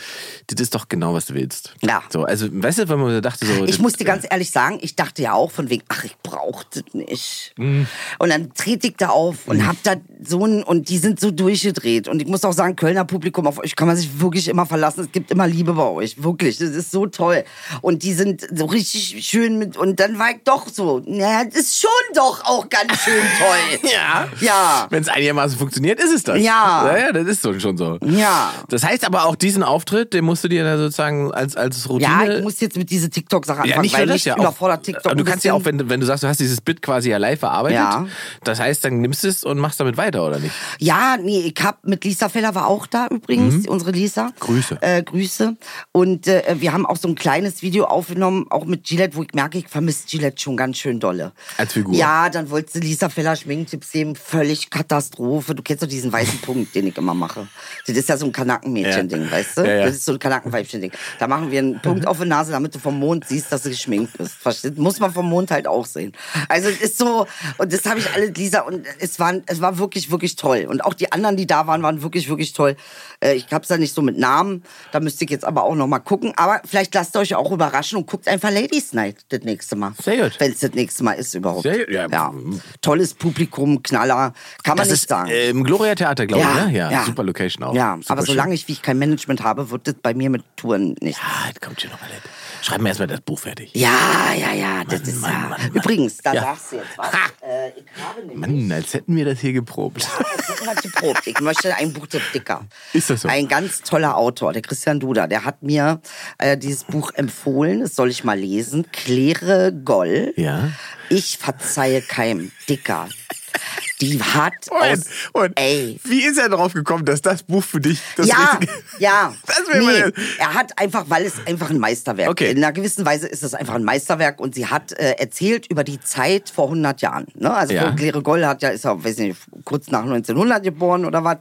S5: das ist doch genau, was du willst.
S4: Ja.
S5: So, also, weißt du, wenn man so dachte, so.
S4: Ich muss dir ganz ehrlich sagen, ich dachte ja auch von wegen, ach, ich brauch das nicht.
S5: Mhm.
S4: Und dann trete ich da auf und hab da so einen, und die sind so durchgedreht. Und ich muss auch sagen, Kölner Publikum, auf euch kann man sich wirklich immer verlassen. Es gibt immer Liebe bei euch. Wirklich. Das ist so toll. Und die sind so richtig schön mit, und dann war ich doch so, naja, das ist schon doch auch ganz schön toll.
S5: <laughs> Ja.
S4: Ja.
S5: Wenn es einigermaßen funktioniert, ist es das.
S4: Ja.
S5: Ja, ja das ist so- schon so.
S4: Ja.
S5: Das heißt aber auch diesen Auftritt, den musst du dir da sozusagen als, als Routine.
S4: Ja, ich muss jetzt mit dieser TikTok-Sache anfangen,
S5: Ja, nicht nur
S4: weil
S5: das
S4: mich
S5: ja auch.
S4: überfordert TikTok.
S5: Aber du
S4: ein
S5: kannst ja auch,
S4: bisschen.
S5: wenn, du- wenn du sagst, du hast dieses Bit quasi ja live verarbeitet,
S4: Ja.
S5: das heißt, dann nimmst du es und machst damit weiter, oder nicht?
S4: Ja, nee, ich hab mit Lisa Feller war auch da übrigens, unsere Lisa.
S5: Mhm. Grüße.
S4: Äh, Grüße. Und äh, wir haben auch so ein kleines Video aufgenommen, auch mit Gillette, wo ich merke, ich vermisse Gillette schon ganz schön dolle.
S5: Als Figur.
S4: Ja, dann wollte sie Lisa Feller Schminktipps geben, völlig Katastrophe. Du kennst doch diesen weißen Punkt, den ich immer mache. Das ist ja so ein Kanackenmädchen-Ding,
S5: Ja.
S4: weißt du?
S5: Ja, ja.
S4: Das ist so ein Kanackenweibchen-Ding. Da machen wir einen
S5: Mhm.
S4: Punkt auf die Nase, damit du vom Mond siehst, dass du geschminkt bist. Versteht? Muss man vom Mond halt auch sehen. Also es ist so, und das habe ich alle, Lisa, und es, waren, es war wirklich, wirklich toll. Und auch die anderen, die da waren, waren wirklich, wirklich toll. Äh, Ich hab's ja nicht so mit Namen, da müsste ich jetzt aber auch noch mal gucken. Aber vielleicht lasst ihr euch auch überraschen und guckt einfach Ladies Night das nächste Mal.
S5: Sehr gut.
S4: Wenn es das nächste Mal ist überhaupt.
S5: Sehr gut, ja.
S4: Tolles Publikum, Knaller, kann man
S5: das
S4: nicht
S5: ist
S4: sagen.
S5: äh, im Gloria Theater, glaube ich, ne? Ja, super Location auch.
S4: Ja,
S5: super
S4: aber
S5: schön.
S4: solange ich, wie ich kein Management habe, wird das bei mir mit Touren nicht.
S5: Ah, das kommt hier noch alles. Schreib mir erstmal das Buch fertig.
S4: Ja, ja, ja, das ist
S5: Mann,
S4: ja.
S5: Mann, Mann.
S4: Übrigens, da
S5: Ja.
S4: sagst du jetzt was. Äh, ich habe nämlich
S5: Mann, als hätten wir das hier <laughs> geprobt.
S4: ich hab geprobt. Ich möchte einen Buchtipp dicker.
S5: Ist das so?
S4: Ein ganz toller Autor, der Christian Duda, der hat mir äh, dieses Buch empfohlen, das soll ich mal lesen. Claire Goll.
S5: Ja.
S4: Ich verzeihe keim dicker. Die hat
S5: Oh,
S4: aus, ey,
S5: wie ist er darauf gekommen, dass das Buch für dich das
S4: ja,
S5: richtige-
S4: ja.
S5: Das wäre
S4: nee,
S5: mal-
S4: er hat einfach, weil es einfach ein Meisterwerk.
S5: Okay.
S4: In einer gewissen Weise ist es einfach ein Meisterwerk und sie hat äh, erzählt über die Zeit vor 100 Jahren. Ne? Also
S5: Ja.
S4: ja. Claire Goll hat ja ist ja, weiß nicht, kurz nach 1900 geboren oder was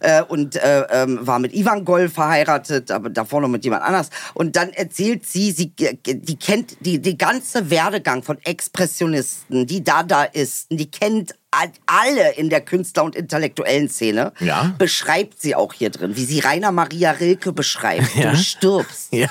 S4: äh, und äh, ähm, war mit Ivan Goll verheiratet, aber davor noch mit jemand anders. Und dann erzählt sie, sie die kennt die die ganze Werdegang von Expressionisten, die Dadaisten, die kennt all- alle in der Künstler- und intellektuellen Szene
S5: Ja.
S4: beschreibt sie auch hier drin, wie sie Rainer Maria Rilke beschreibt.
S5: Ja.
S4: Du stirbst.
S5: Ja.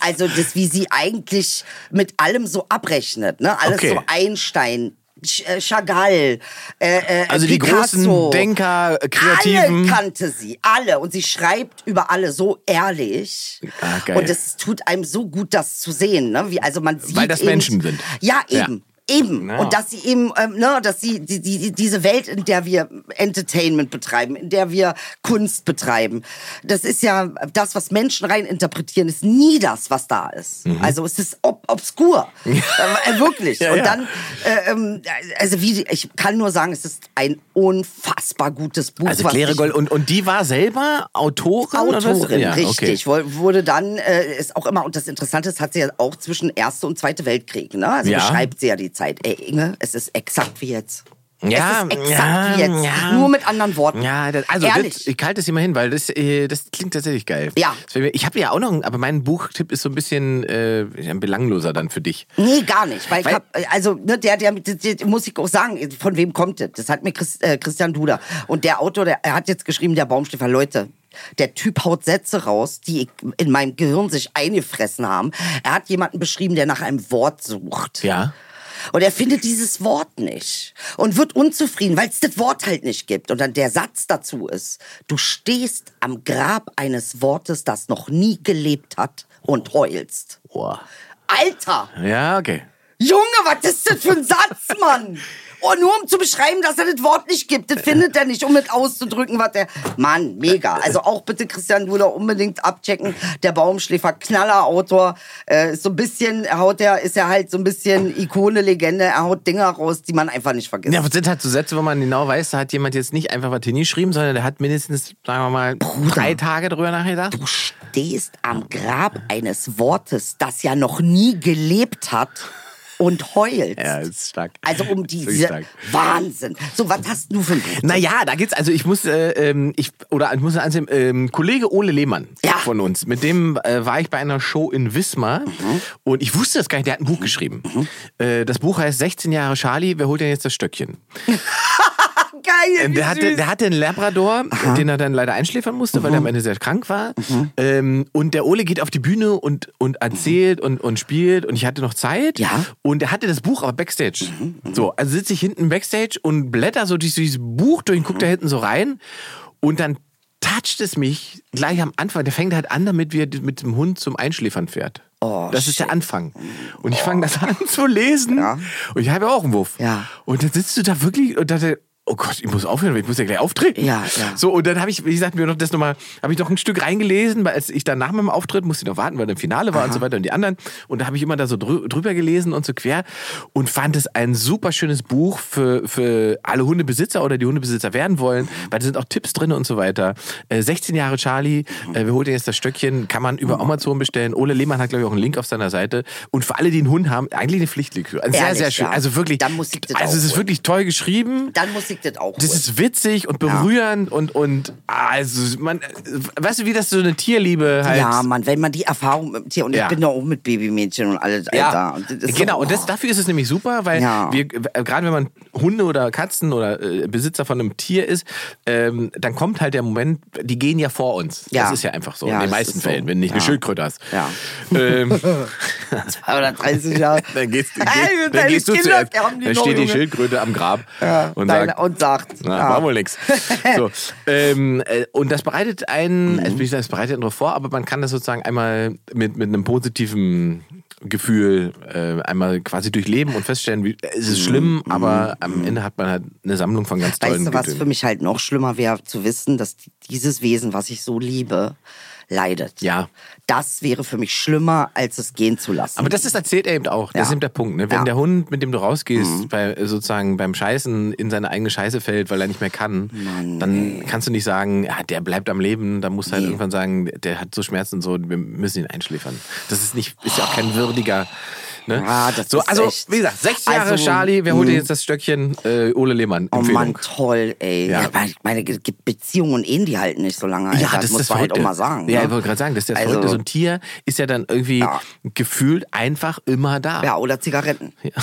S4: Also das, wie sie eigentlich mit allem so abrechnet, ne? Alles
S5: Okay.
S4: so Einstein. Sch- äh, Chagall, äh, äh,
S5: Also die
S4: Picasso.
S5: großen Denker, äh, Kreativen.
S4: Alle kannte sie, alle. Und sie schreibt über alle so ehrlich.
S5: Ah, geil.
S4: Und es tut einem so gut, das zu sehen. Ne? Wie, also man sieht
S5: Weil das
S4: eben,
S5: Menschen sind.
S4: Ja,
S5: Ja.
S4: eben. Eben.
S5: Ja.
S4: Und dass sie eben, ähm, ne, dass sie die, die, die- diese Welt, in der wir Entertainment betreiben, in der wir Kunst betreiben, das ist ja das, was Menschen rein interpretieren, ist nie das, was da ist. Also es ist ob, obskur. Äh, Wirklich.
S5: Mhm. <laughs> Ja,
S4: Und
S5: ja.
S4: dann, äh, ähm, also wie, ich kann nur sagen, es ist ein unfassbar gutes Buch.
S5: Also
S4: was
S5: Claire
S4: ich-
S5: Goll und, und die war selber Autorin? oder was?
S4: Autorin,
S5: Ja,
S4: richtig. Woll- Wurde dann, äh, ist auch immer, und das Interessante ist, hat sie ja auch zwischen Erste und Zweite Weltkrieg, ne? Also
S5: Ja.
S4: beschreibt sie ja die Zeit. Ey, Inge, es ist exakt wie jetzt.
S5: Ja,
S4: es ist
S5: ja,
S4: exakt wie jetzt.
S5: ja.
S4: Nur mit anderen Worten.
S5: Ja, das, also
S4: Ehrlich.
S5: Das, ich halte es immer hin, weil das, äh, das klingt tatsächlich geil.
S4: Ja.
S5: Das wär mir- Ich habe ja auch noch, einen- aber mein Buchtipp ist so ein bisschen äh, belangloser dann für dich.
S4: Nee, gar nicht. Weil,
S5: Weil-
S4: ich hab, also, ne, der, der, der, der, muss ich auch sagen, von wem kommt das? Das hat mir Chris, äh, Christian Duda. Und der Autor, der er hat jetzt geschrieben, der Baumstäfer, Leute. Der Typ haut Sätze raus, die ich in meinem Gehirn sich eingefressen haben. Er hat jemanden beschrieben, der nach einem Wort sucht.
S5: Ja.
S4: Und er findet dieses Wort nicht und wird unzufrieden, weil es das Wort halt nicht gibt. Und dann der Satz dazu ist, du stehst am Grab eines Wortes, das noch nie gelebt hat und heulst.
S5: Boah.
S4: Alter!
S5: Ja, okay.
S4: Junge, was ist das für ein Satz, Mann? Oh, nur um zu beschreiben, dass er das Wort nicht gibt. Das findet er nicht, um mit auszudrücken, was der. Mann, mega. Also auch bitte Christian Duder unbedingt abchecken. Der Baumschläfer, Knaller Autor. Äh, ist so ein bisschen, er haut er, ist er halt so ein bisschen Ikone, Legende. Er haut Dinger raus, die man einfach nicht vergisst.
S5: Ja, aber das sind halt so Sätze, wo man genau weiß, da hat jemand jetzt nicht einfach was hingeschrieben, sondern der hat mindestens, sagen wir mal, drei Tage drüber nachgedacht.
S4: Du stehst am Grab eines Wortes, das ja noch nie gelebt hat und heulst.
S5: Ja, ist stark.
S4: Also um
S5: Ist wirklich
S4: diese
S5: stark.
S4: Wahnsinn. So, was hast du für ein Buch?
S5: Naja, da geht's, also ich muss, äh, ähm, ich, oder ich muss ansehen, ähm, Kollege Ole Lehmann
S4: Ja.
S5: von uns, mit dem äh, war ich bei einer Show in Wismar und ich wusste das gar nicht, der hat ein Buch geschrieben. Äh, das Buch heißt 16 Jahre Charlie, wer holt denn jetzt das Stöckchen?
S4: geil. wie
S5: Der hatte,
S4: süß. Mhm.
S5: der hatte einen Labrador, den er dann leider einschläfern musste, weil er am Ende sehr krank war. Ähm, und der Ole geht auf die Bühne und, und erzählt und, und spielt. Und ich hatte noch Zeit.
S4: Ja. Mhm,
S5: Und er hatte das Buch aber Backstage. So, also sitze ich hinten Backstage und blätter so durch dieses Buch durch und
S4: Mhm.
S5: guck da hinten so rein. Und dann toucht es mich gleich am Anfang. Der fängt halt an, damit wir mit dem Hund zum Einschläfern fährt.
S4: Oh,
S5: das ist der Anfang. Und ich fange das <laughs> an zu lesen. Und ich habe ja auch einen Wurf.
S4: Ja.
S5: Und dann sitzt du da wirklich und dachte, oh Gott, ich muss aufhören, ich muss ja gleich auftreten.
S4: Ja, ja.
S5: So, und dann habe ich, wie gesagt, mir noch das nochmal, habe ich noch ein Stück reingelesen, weil als ich dann nach meinem Auftritt musste ich noch warten, weil im Finale war und so weiter und die anderen. Und da habe ich immer da so drü drüber gelesen und so quer und fand es ein super schönes Buch für, für alle Hundebesitzer oder die Hundebesitzer werden wollen, weil da sind auch Tipps drin und so weiter. Äh, 16 Jahre Charlie, äh, wir holen dir jetzt das Stöckchen, kann man über Amazon bestellen. Ole Lehmann hat, glaube ich, auch einen Link auf seiner Seite. Und für alle, die einen Hund haben, eigentlich eine Pflichtlektüre. Ein sehr,
S4: Ehrlich,
S5: sehr schön.
S4: ja.
S5: Also wirklich,
S4: Dann muss ich das
S5: also es ist
S4: aufholen.
S5: wirklich toll geschrieben.
S4: Dann muss ich das auch
S5: Das
S4: holen.
S5: ist witzig und berührend und, und ah, also man, weißt du, wie das so eine Tierliebe halt.
S4: Ja, Mann, wenn man die Erfahrung mit dem Tier und
S5: Ja.
S4: ich bin doch auch mit Babymädchen und alles,
S5: Ja.
S4: Alter. Und das ist
S5: genau,
S4: so,
S5: und das,
S4: oh.
S5: dafür ist es nämlich super, weil
S4: Ja.
S5: wir, äh, gerade wenn man Hunde oder Katzen oder äh, Besitzer von einem Tier ist, ähm, dann kommt halt der Moment, die gehen ja vor uns.
S4: Ja.
S5: Das ist ja einfach so,
S4: Ja,
S5: in den
S4: das
S5: meisten
S4: ist so.
S5: Fällen, wenn du nicht eine
S4: Ja.
S5: Schildkröte hast.
S4: Ja. <laughs>
S5: Ähm,
S4: Oder 30 Jahre.
S5: <laughs> dann gehst,
S4: <laughs> Ey,
S5: gehst, dann
S4: deine
S5: gehst du
S4: Kinder,
S5: zuerst.
S4: wir haben um die
S5: Dann
S4: noch,
S5: steht die
S4: Junge.
S5: Schildkröte am Grab und
S4: Deine-
S5: sagt,
S4: und sagt
S5: Na,
S4: ja.
S5: war wohl nix.
S4: <laughs>
S5: So, ähm, äh, und das bereitet einen, also wie gesagt, es bereitet einen drauf vor, aber man kann das sozusagen einmal mit, mit einem positiven Gefühl äh, einmal quasi durchleben und feststellen, wie, es ist schlimm, aber am Ende hat man halt eine Sammlung von ganz tollen
S4: Mhm. Weißt du, was
S5: Gefühlen.
S4: für mich halt noch schlimmer wäre, zu wissen, dass dieses Wesen, was ich so liebe, leidet.
S5: Ja.
S4: Das wäre für mich schlimmer, als es gehen zu lassen.
S5: Aber das ist erzählt eben auch. Das
S4: Ja.
S5: ist eben der Punkt. Ne? Wenn
S4: Ja. Mhm.
S5: der Hund, mit dem du rausgehst, bei, sozusagen beim Scheißen in seine eigene Scheiße fällt, weil er nicht mehr kann, dann kannst du nicht sagen, ja, der bleibt am Leben. Da musst du halt irgendwann sagen, der hat so Schmerzen und so, wir müssen ihn einschläfern. Das ist nicht, ist ja auch kein würdiger. Ne?
S4: Ja, das
S5: so,
S4: ist
S5: also,
S4: echt-
S5: wie gesagt, 60 Jahre
S4: Also,
S5: Charlie, wer holt dir jetzt das Stöckchen? Äh, Ole Lehmann.
S4: Oh
S5: Empfehlung.
S4: Mann, toll, ey.
S5: Ja.
S4: Ja. meine, meine Ge- Ge- Beziehungen und Ehen, die halten nicht so lange. Alter.
S5: Ja, das,
S4: muss
S5: ist das
S4: man halt auch
S5: Verrückte.
S4: mal sagen.
S5: Ja,
S4: ne?
S5: ich wollte gerade sagen, das ist das
S4: Also-
S5: Verrückte. So ein Tier ist ja dann irgendwie
S4: Ja.
S5: gefühlt einfach immer da.
S4: Ja, oder Zigaretten. <laughs>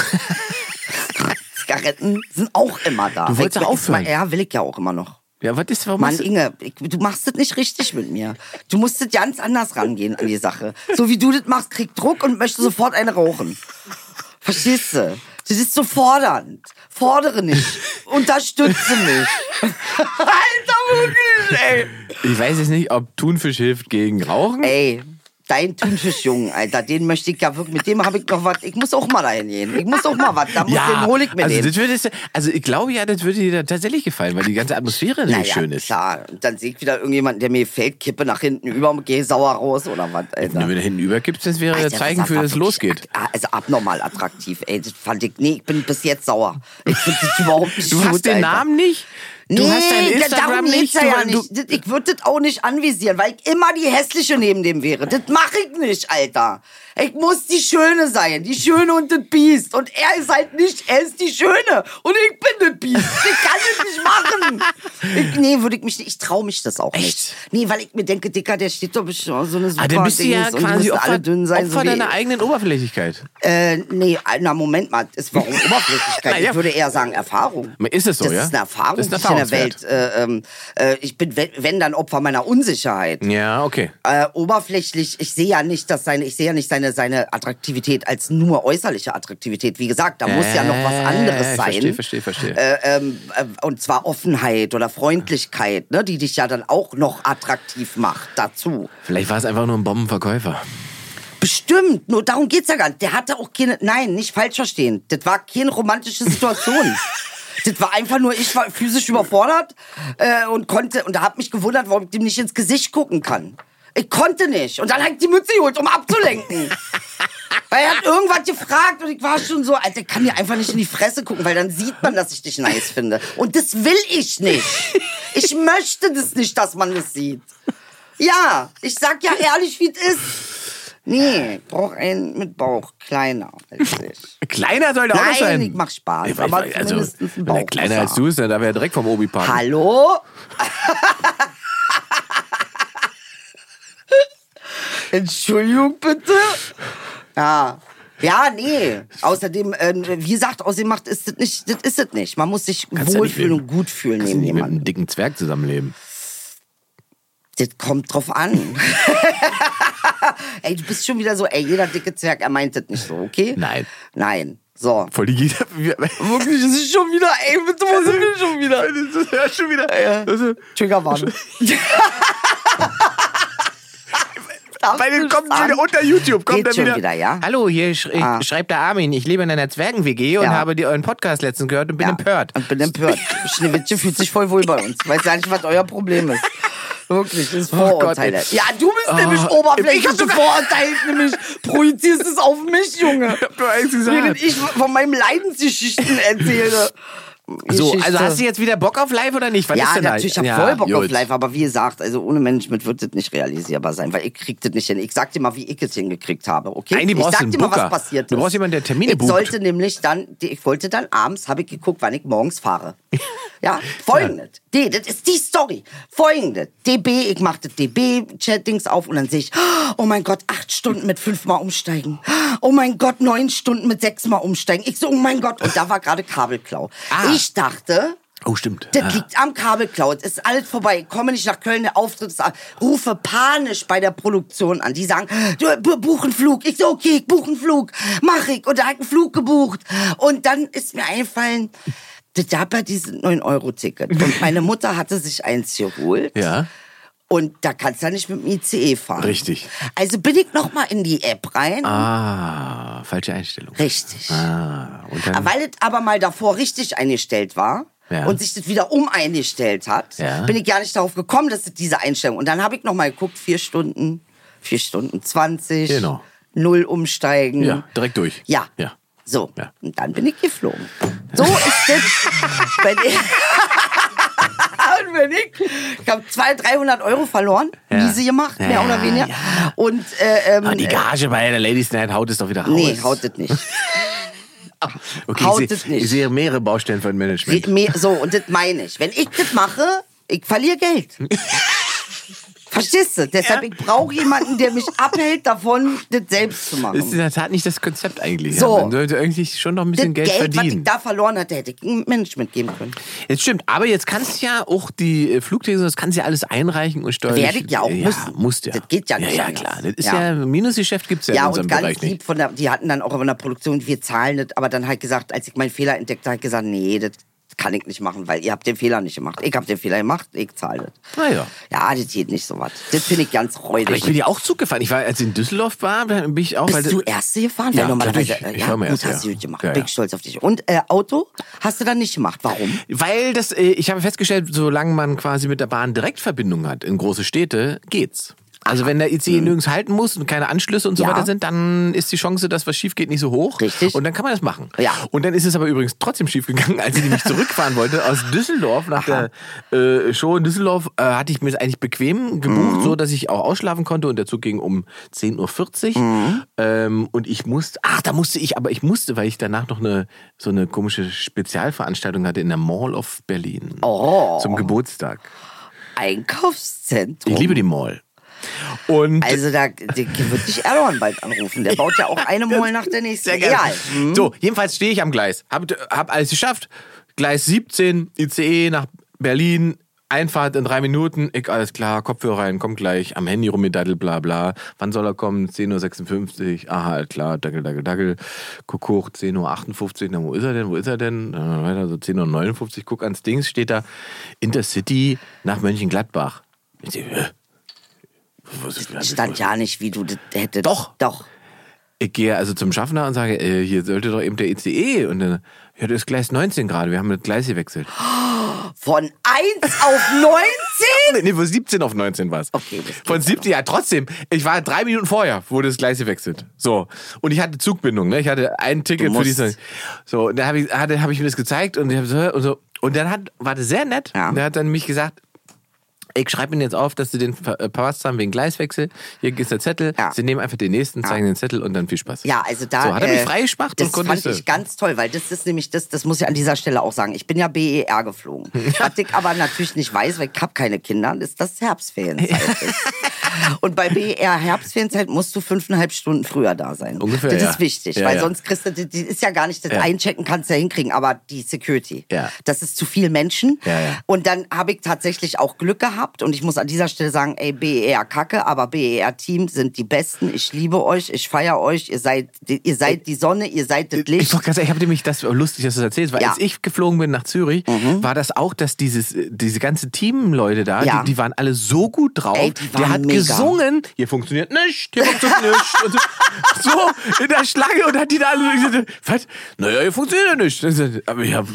S4: Zigaretten sind auch immer da.
S5: Du wolltest
S4: Ich-
S5: doch aufhören.
S4: ich- Ja, will ich ja auch immer noch.
S5: ja was ist, warum
S4: Mann,
S5: ist-
S4: Inge, ich, du machst das nicht richtig mit mir. Du musst das ganz anders rangehen an die Sache. So wie du das machst, krieg Druck und möchte sofort eine rauchen. Verstehst du? Das ist so fordernd. Fordere nicht. Unterstütze mich. Alter, wirklich, ey.
S5: Ich weiß jetzt nicht, ob Thunfisch hilft gegen Rauchen.
S4: Ey, dein Thunfischjungen, Alter, den möchte ich ja wirklich, mit dem habe ich noch was. Ich muss auch mal dahin gehen. Ich muss auch mal was. Da muss, den hol ich mir
S5: also,
S4: den.
S5: das würde, es- also ich glaube ja, das würde dir da tatsächlich gefallen, weil die ganze Atmosphäre nämlich schön ist.
S4: klar. Und dann sehe ich wieder irgendjemand, der mir fällt, kippe nach hinten über und gehe sauer raus oder was, Alter.
S5: Wenn du hinten überkippst, das wäre
S4: Alter,
S5: Zeichen
S4: das
S5: für,
S4: war
S5: dass es
S4: wirklich
S5: losgeht.
S4: ak- Also abnormal attraktiv, ey. Das fand ich, nee, ich bin bis jetzt sauer. Ich finde das überhaupt nicht
S5: Du
S4: gut,
S5: hast den
S4: Alter.
S5: Namen nicht? Du
S4: Nee,
S5: hast dein
S4: da-
S5: Instagram
S4: darum geht's
S5: nicht?
S4: ja,
S5: Du,
S4: ja
S5: du,
S4: nicht. Das- Ich würde das auch nicht anvisieren, weil ich immer die hässliche neben dem wäre. Das mache ich nicht, Alter. Ich muss die Schöne sein, die Schöne und das Biest. Und er ist halt nicht, er ist die Schöne und ich bin das Biest. Ich kann das nicht
S5: <laughs>
S4: machen. Ich, nee, würde ich mich nicht, ich traue mich das auch
S5: Echt?
S4: nicht. Nee, weil ich mir denke, Dicker, der steht doch bestimmt auf so eine super
S5: Ah, dann bist du ja
S4: Dings und die
S5: quasi
S4: müssen
S5: Opfer,
S4: alle dünn sein.
S5: Opfer
S4: so wie
S5: deiner eigenen Oberflächlichkeit.
S4: äh, nee, na Moment mal,
S5: <laughs>
S4: es war um Oberflächlichkeit.
S5: Naja.
S4: Ich würde eher sagen Erfahrung.
S5: Ist es so,
S4: das
S5: ja?
S4: ist eine Erfahrung,
S5: Das ist ein
S4: die ich in der
S5: Erfahrungswert.
S4: Welt. Äh, ähm, äh, ich bin, wenn, wenn dann Opfer meiner Unsicherheit.
S5: Ja, okay.
S4: Äh, oberflächlich, ich sehe ja nicht, dass seine, ich sehe ja nicht seine, seine Attraktivität als nur äußerliche Attraktivität. Wie gesagt, da muss ja noch was
S5: Äh,
S4: anderes
S5: ich
S4: sein.
S5: Verstehe, verstehe, verstehe.
S4: Äh, ähm, äh, und zwar Offenheit oder Freundlichkeit, ne, die dich ja dann auch noch attraktiv macht dazu.
S5: Vielleicht war es einfach nur ein Bombenverkäufer.
S4: Bestimmt, nur darum geht's ja gar nicht. Der hatte auch keine, nein, nicht falsch verstehen. Das war keine romantische Situation. das war einfach nur, ich war physisch überfordert äh, und konnte, und da hab mich gewundert, warum ich dem nicht ins Gesicht gucken kann. Ich konnte nicht. Und dann hab ich die Mütze geholt, um abzulenken. Weil er hat irgendwas gefragt und ich war schon so, Alter, ich kann dir einfach nicht in die Fresse gucken, weil dann sieht man, dass ich dich nice finde. Und das will ich nicht. Ich möchte das nicht, dass man das sieht. Ja, ich sag ja ehrlich, wie es ist. Nee, ich brauch einen mit Bauch, kleiner als ich.
S5: Kleiner soll der auch noch sein.
S4: Nein, ich mach Spaß,
S5: Ich- ich-
S4: aber
S5: also,
S4: zumindest ein
S5: wenn er
S4: Bauch
S5: kleiner
S4: muss
S5: als du ist, dann darf er direkt vom Obi packen.
S4: Hallo? <laughs> Entschuldigung bitte? Ja, Ja, nee. Außerdem, ähm, wie gesagt, außerdem macht ist das nicht, das ist es nicht. Man muss sich
S5: Kannst ja nicht
S4: wohlfühlen
S5: leben.
S4: und gut fühlen
S5: Kannst du
S4: neben
S5: nicht mit einem
S4: jemandem.
S5: dicken Zwerg zusammenleben.
S4: Das kommt drauf an. <laughs> ey, du bist schon wieder so, ey, jeder dicke Zwerg, er meint das nicht so, okay?
S5: Nein.
S4: Nein. So.
S5: Voll die <laughs> Giga.
S4: Wirklich, das ist schon wieder, ey, bitte, wo sind wir <laughs> schon wieder?
S5: Das ist schon wieder. Also, Das ist,
S4: <laughs> Triggerwarnung.
S5: bei den kommt
S4: An-
S5: schon wieder unter YouTube. Kommt
S4: Geht
S5: dann
S4: schon
S5: wieder,
S4: wieder, ja?
S5: Hallo, hier sch
S4: Ah.
S5: schreibt der Armin. Ich lebe in einer Zwergen-WG und
S4: Ja.
S5: habe dir euren Podcast letztens gehört und bin
S4: Ja,
S5: empört.
S4: Und bin empört. Schneewittchen fühlt sich voll wohl bei uns. Weiß ja nicht, was euer Problem ist. Wirklich, das ist Vorurteile.
S5: Oh Gott, ey. Ah,
S4: ja, du bist nämlich
S5: ich
S4: oberflächliche
S5: hab
S4: Vorurteile, nämlich projizierst es auf mich, Junge.
S5: hab nur eins gesagt.
S4: Während ich von meinem Leidensgeschichten erzähle.
S5: So, also
S4: Geschichte.
S5: hast du jetzt wieder Bock auf live oder nicht? Was ist
S4: ja,
S5: denn da?
S4: natürlich, ich habe
S5: Ja,
S4: voll Bock auf
S5: gut.
S4: live, aber wie gesagt, also ohne Management wird das nicht realisierbar sein, weil ich krieg das nicht hin. Ich sag dir mal, wie ich es hingekriegt habe, okay?
S5: Nein, du
S4: ich
S5: brauchst
S4: sag
S5: einen
S4: dir mal,
S5: Booker.
S4: was passiert
S5: Du
S4: ist.
S5: brauchst jemanden, der Termine
S4: Ich
S5: bucht.
S4: sollte nämlich dann, ich wollte dann abends, habe ich geguckt, wann ich morgens fahre. ja, folgendes.
S5: <laughs>
S4: Die, das ist die Story. Folgendes. DB, ich machte DB-Chat-Dings auf und dann sehe ich, oh mein Gott, acht Stunden mit fünfmal umsteigen. Oh mein Gott, neun Stunden mit sechsmal umsteigen. Ich so, oh mein Gott. Und da war gerade Kabelklau.
S5: Ah.
S4: Ich dachte,
S5: Oh, stimmt.
S4: das
S5: Ah.
S4: liegt am Kabelklau. Es ist alles vorbei. Ich komme nicht nach Köln, der Auftritt ist ab. Rufe panisch bei der Produktion an. Die sagen, du b- buch einen Flug. Ich so, okay, ich buch einen Flug. Mach ich. Und da hab ich einen Flug gebucht. Und dann ist mir eingefallen, das gab ja dieses 9-Euro-Ticket. Und meine Mutter hatte sich eins geholt.
S5: Ja.
S4: Und da kannst du ja nicht mit dem ICE fahren.
S5: Richtig.
S4: Also bin ich nochmal in die App rein.
S5: Ah, falsche Einstellung.
S4: Richtig.
S5: Ah, und dann,
S4: Weil es aber mal davor richtig eingestellt war
S5: Ja.
S4: und sich das wieder umeingestellt hat,
S5: Ja.
S4: bin ich gar nicht darauf gekommen, dass es diese Einstellung. Und dann habe ich nochmal geguckt, vier Stunden, vier Stunden zwanzig,
S5: Genau.
S4: null umsteigen.
S5: ja, direkt durch.
S4: Ja.
S5: ja.
S4: So.
S5: Ja.
S4: Und dann bin ich geflogen. So ist
S5: <laughs>
S4: das. wenn ich, <laughs> und wenn ich, ich habe 200, 300 Euro verloren,
S5: Ja.
S4: diese gemacht, mehr
S5: Ja,
S4: oder weniger.
S5: ja.
S4: Und äh, ähm,
S5: Aber Ah, die Gage bei der Ladies Night haut es doch wieder raus. Ah,
S4: nee, haut das nicht.
S5: okay,
S4: haut
S5: ich,
S4: es
S5: sehe-
S4: nicht.
S5: ich sehe mehrere Baustellen von Management.
S4: Wie- mir- So, und das meine ich. Wenn ich das mache, ich
S5: <laughs>
S4: verliere Geld. Verstehst du? Deshalb, ich brauche jemanden, der mich abhält davon, das selbst zu machen.
S5: Das ist in der Tat nicht das Konzept eigentlich.
S4: So.
S5: Ja, man sollte irgendwie schon noch ein
S4: das
S5: bisschen Geld,
S4: was ich
S5: verdienen.
S4: da verloren hatte, hätte ich im Management geben können.
S5: Jetzt stimmt, aber jetzt kannst du ja auch die äh, Flugtickets, das kannst du ja alles einreichen und steuern.
S4: Werde ich ja auch
S5: ja,
S4: müssen.
S5: Musst ja.
S4: Das geht ja nicht
S5: Ja, ja
S4: anders.
S5: klar. Das ist
S4: Ja.
S5: ja, Minusgeschäft gibt es ja,
S4: Ja,
S5: in
S4: und
S5: unserem
S4: ganz
S5: Bereich
S4: lieb
S5: nicht.
S4: von der, die hatten dann auch in der Produktion, wir zahlen das, aber dann halt gesagt, als ich meinen Fehler entdeckte, halt gesagt, nee, das kann ich nicht machen, weil ihr habt den Fehler nicht gemacht. Ich hab den Fehler gemacht, ich zahle das.
S5: Na ja.
S4: Ja, das geht nicht so was. Das finde ich ganz räudig.
S5: Aber ich bin ja auch Zug gefahren. Ich war, als ich in Düsseldorf war, bin ich auch. weil
S4: Bist
S5: das-
S4: du Erste gefahren?
S5: Ja,
S4: Weil normalerweise,
S5: natürlich.
S4: äh,
S5: Ich
S4: ja
S5: war mal
S4: gut,
S5: Erster,
S4: hast du
S5: ja.
S4: gut gemacht.
S5: Ja,
S4: Bin
S5: ja.
S4: ich stolz auf dich. Und äh, Auto hast du dann nicht gemacht. Warum?
S5: Weil das, äh, ich habe festgestellt, solange man quasi mit der Bahn Direktverbindung hat in große Städte, geht's. Also wenn der ICE nirgends halten muss und keine Anschlüsse und so
S4: hm. Ja.
S5: weiter sind, dann ist die Chance, dass was schief geht, nicht so hoch.
S4: Richtig.
S5: Und dann kann man das machen.
S4: Ja.
S5: Und dann ist es aber übrigens trotzdem schief gegangen, als ich nämlich zurückfahren wollte aus Düsseldorf nach der äh, Show in Düsseldorf, äh, hatte ich mir es eigentlich bequem
S4: Mhm.
S5: gebucht, so dass ich auch ausschlafen konnte und der Zug ging um 10.40 Uhr.
S4: Mhm.
S5: Ähm, und ich musste, ach, da musste ich, aber ich musste, weil ich danach noch eine so eine komische Spezialveranstaltung hatte in der Mall of Berlin.
S4: Oh.
S5: Zum Geburtstag.
S4: Einkaufszentrum.
S5: Ich liebe die Mall. Und
S4: also da der wird dich Erdogan bald anrufen. Der baut ja auch
S5: <laughs>
S4: eine Mall nach der nächsten.
S5: Sehr gerne.
S4: Egal.
S5: So, jedenfalls stehe ich am Gleis. Hab, hab alles geschafft. Gleis 17, ICE nach Berlin. Einfahrt in drei Minuten, ich alles klar, Kopfhörer rein, kommt gleich, am Handy rumgedaddelt, bla bla. Wann soll er kommen? 10.56 Uhr, aha, alles klar, dackel, dackel, dackel. Guck hoch, 10.58 Uhr, na wo ist er denn, wo ist er denn? Dann weiter, so 10.59 Uhr, guck ans Dings, steht da Intercity nach Mönchengladbach. Ich seh, hä? Was ist das?
S4: Stand ja nicht, wie du das hättest.
S5: Doch.
S4: Doch.
S5: Ich gehe also zum Schaffner und sage, äh, hier sollte doch eben der ICE. Und dann, ja, das ist Gleis 19 gerade, wir haben das Gleis gewechselt.
S4: Von 1 auf 19?
S5: <laughs> Nee, nee, von 17 auf 19 war es.
S4: Okay, das geht
S5: Von 17, ja trotzdem. Ich war drei Minuten vorher, wurde das Gleis gewechselt. So. Und ich hatte Zugbindung, ne? Ich hatte ein Ticket für
S4: musst.
S5: diese. So, und da habe ich, hatte- hab ich mir das gezeigt und, ich hab so, und, so. und dann hat, war das sehr nett.
S4: Ja.
S5: Und er hat dann mich gesagt, ich schreibe Ihnen jetzt auf, dass Sie den ver- äh, verpasst haben wegen Gleiswechsel. Hier ist der Zettel.
S4: Ja.
S5: Sie nehmen einfach den nächsten, zeigen den Zettel und dann viel Spaß.
S4: Ja, also da.
S5: So, hat er
S4: äh,
S5: mich freigespacht
S4: Das
S5: und konnte
S4: fand ich ganz toll, weil das ist nämlich das, das muss ich an dieser Stelle auch sagen. Ich bin ja BER
S5: <laughs>
S4: geflogen. Was ich aber natürlich nicht weiß, weil ich habe keine Kinder, ist das Herbstferienzeit. ist. <laughs> Und bei BER Herbstferienzeit musst du fünfeinhalb Stunden früher da sein.
S5: Ungefähr,
S4: Das
S5: ja.
S4: ist wichtig,
S5: Ja,
S4: weil
S5: ja.
S4: sonst kriegst du, die die ist ja gar nicht, das
S5: Ja.
S4: Einchecken kannst du ja hinkriegen, aber die Security.
S5: Ja.
S4: Das ist zu viel Menschen.
S5: Ja, ja.
S4: Und dann habe ich tatsächlich auch Glück gehabt und ich muss an dieser Stelle sagen, ey, BER Kacke, aber BER Team sind die Besten. Ich liebe euch, ich feiere euch, ihr seid, ihr seid die Sonne, ihr seid das
S5: Äh, Ich,
S4: Licht.
S5: wollte ganz ehrlich, ich habe nämlich das oh, lustig, dass du das erzählst, weil
S4: Ja. Mhm.
S5: als ich geflogen bin nach Zürich, war das auch, dass dieses äh, diese ganze Teamleute da,
S4: Ja.
S5: die, die waren alle so gut drauf.
S4: Ey, die
S5: der
S4: waren
S5: hat
S4: mega.
S5: gesungen, hier funktioniert nichts, hier funktioniert nichts. Und so, so in der Schlange und hat die da alle so gesagt, was? Naja, hier funktioniert ja nichts. Das ist- Aber ich hab,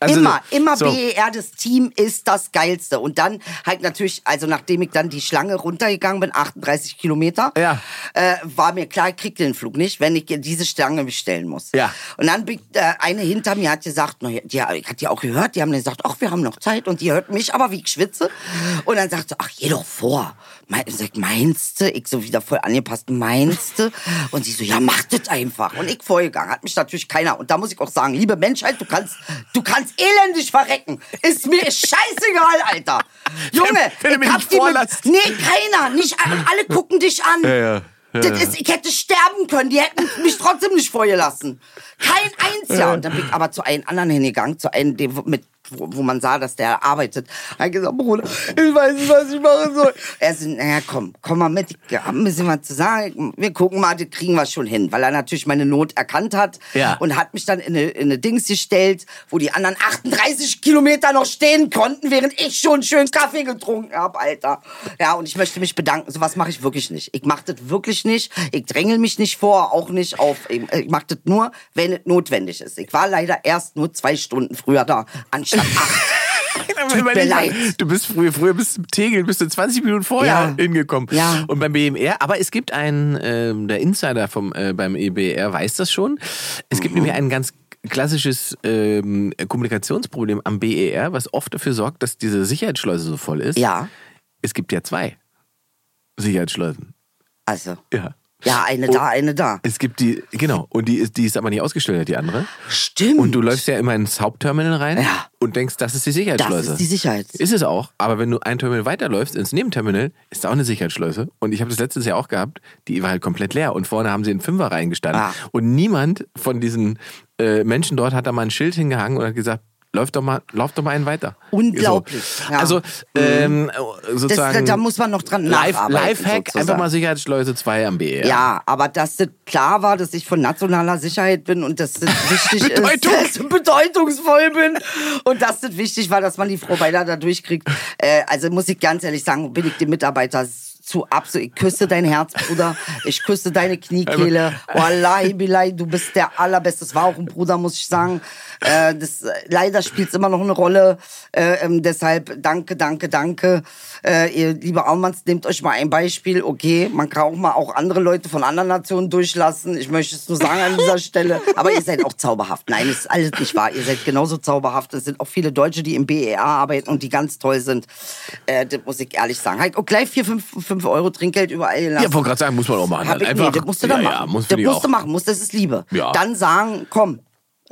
S5: also,
S4: immer, immer
S5: so.
S4: BER, das Team ist das Geilste. Und dann halt natürlich, also nachdem ich dann die Schlange runtergegangen bin, 38 Kilometer,
S5: Ja.
S4: äh, war mir klar, ich krieg den Flug nicht, wenn ich diese Schlange bestellen muss.
S5: Ja.
S4: Und dann bin ich, äh, eine hinter mir hat gesagt, na, ja, die hat die auch gehört, die haben dann gesagt, ach, wir haben noch Zeit. Und die hört mich aber, wie ich schwitze. Und dann sagt sie, ach, geh doch vor. Mein, sag, meinst du? Ich so wieder voll angepasst, meinst du? Und sie so, ja, mach das einfach. Und ich vorgegangen, hat mich natürlich keiner. Und da muss ich auch sagen, liebe Menschheit, du kannst, du kannst elendig verrecken. Ist mir scheißegal, Alter. Junge,
S5: wenn du mich
S4: ich hab
S5: nicht
S4: die mit-
S5: vorlässt.
S4: Nee, keiner. Nicht alle, alle gucken dich an.
S5: ja. Ja,
S4: Das ist, ich hätte sterben können, die hätten mich trotzdem nicht vorgelassen. Kein einziger. Und dann bin ich aber zu einem anderen hingegangen, zu einem, dem, wo- mit, wo, wo man sah, dass der arbeitet. Da hab ich gesagt, Bruder, ich weiß nicht, was ich machen soll. Er so, naja, komm, komm mal mit, ich hab ein bisschen was zu sagen. Wir gucken mal, das kriegen wir schon hin. Weil er natürlich meine Not erkannt hat
S5: Ja.
S4: und hat mich dann in eine, in eine Dings gestellt, wo die anderen 38 Kilometer noch stehen konnten, während ich schon schön Kaffee getrunken habe, Alter. Ja, und ich möchte mich bedanken. Sowas mache ich wirklich nicht. Ich mache das wirklich nicht. Ich drängel mich nicht vor, auch nicht auf. Ich ich mache das nur, wenn es notwendig ist. Ich war leider erst nur zwei Stunden früher da, anstatt
S5: <laughs>
S4: acht. Tut mir
S5: Überleg mal,
S4: leid.
S5: Du bist früher, früher bist du im Tegel, bist du 20 Minuten vorher
S4: Ja.
S5: hingekommen.
S4: Ja.
S5: Und beim BMR, aber es gibt einen, ähm, der Insider vom, äh, beim EBR weiß das schon. Es
S4: Mhm.
S5: gibt nämlich ein ganz klassisches ähm, Kommunikationsproblem am BER, was oft dafür sorgt, dass diese Sicherheitsschleuse so voll ist.
S4: Ja.
S5: Es gibt ja zwei Sicherheitsschleusen.
S4: Also.
S5: Ja.
S4: Ja, eine
S5: Oh.
S4: da, eine da.
S5: Es gibt die, genau, und die ist, die ist aber nicht ausgestellt, die andere.
S4: Stimmt.
S5: Und du läufst ja immer ins Hauptterminal rein
S4: Ja.
S5: und denkst, das ist die Sicherheitsschleuse.
S4: Das ist die Sicherheits-
S5: Ist es auch, aber wenn du ein Terminal weiterläufst ins Nebenterminal, ist da auch eine Sicherheitsschleuse. Und ich habe das letztes Jahr auch gehabt, die war halt komplett leer und vorne haben sie einen Fünfer reingestanden.
S4: Ah.
S5: Und niemand von diesen äh, Menschen dort hat da mal ein Schild hingehangen und hat gesagt, Läuft doch mal, lauf doch mal einen weiter.
S4: Unglaublich,
S5: So.
S4: ja. Mhm.
S5: Also, ähm, sozusagen.
S4: da muss man noch dran
S5: Life,
S4: nacharbeiten,
S5: Lifehack,
S4: sozusagen.
S5: einfach mal Sicherheitsschleuse 2 am BR.
S4: Ja, aber dass das klar war, dass ich von nationaler Sicherheit bin und dass das wichtig ist,
S5: Bedeutung.
S4: dass ich bedeutungsvoll bin und dass das wichtig war, dass man die Frau Beiler da durchkriegt. Äh, also muss ich ganz ehrlich sagen, bin ich dem Mitarbeiter zu absolut. Ich küsse dein Herz, Bruder. Ich küsse deine Kniekehle. Wallahi, Bilay, du bist der Allerbeste. Das war auch ein Bruder, muss ich sagen. Äh, das, äh, leider spielt es immer noch eine Rolle. Äh, ähm, deshalb danke, danke, danke. Äh, ihr liebe Aumanns, nehmt euch mal ein Beispiel. Okay, man kann auch mal auch andere Leute von anderen Nationen durchlassen. Ich möchte es nur sagen an dieser Stelle. Aber ihr seid auch zauberhaft. Nein, das ist alles nicht wahr. Ihr seid genauso zauberhaft. Es sind auch viele Deutsche, die im BER arbeiten und die ganz toll sind. Äh, das muss ich ehrlich sagen. Halt, auch gleich 4, 5, Euro Trinkgeld überall gelassen.
S5: Ja, wollte gerade sagen, muss man auch machen.
S4: Hab ich,
S5: Ah, Einfach-
S4: nee, das musst du dann
S5: ja, ja,
S4: machen.
S5: muss-
S4: das
S5: finde ich
S4: musst du
S5: auch.
S4: machen, musst, das ist Liebe.
S5: Ja.
S4: Dann sagen, komm,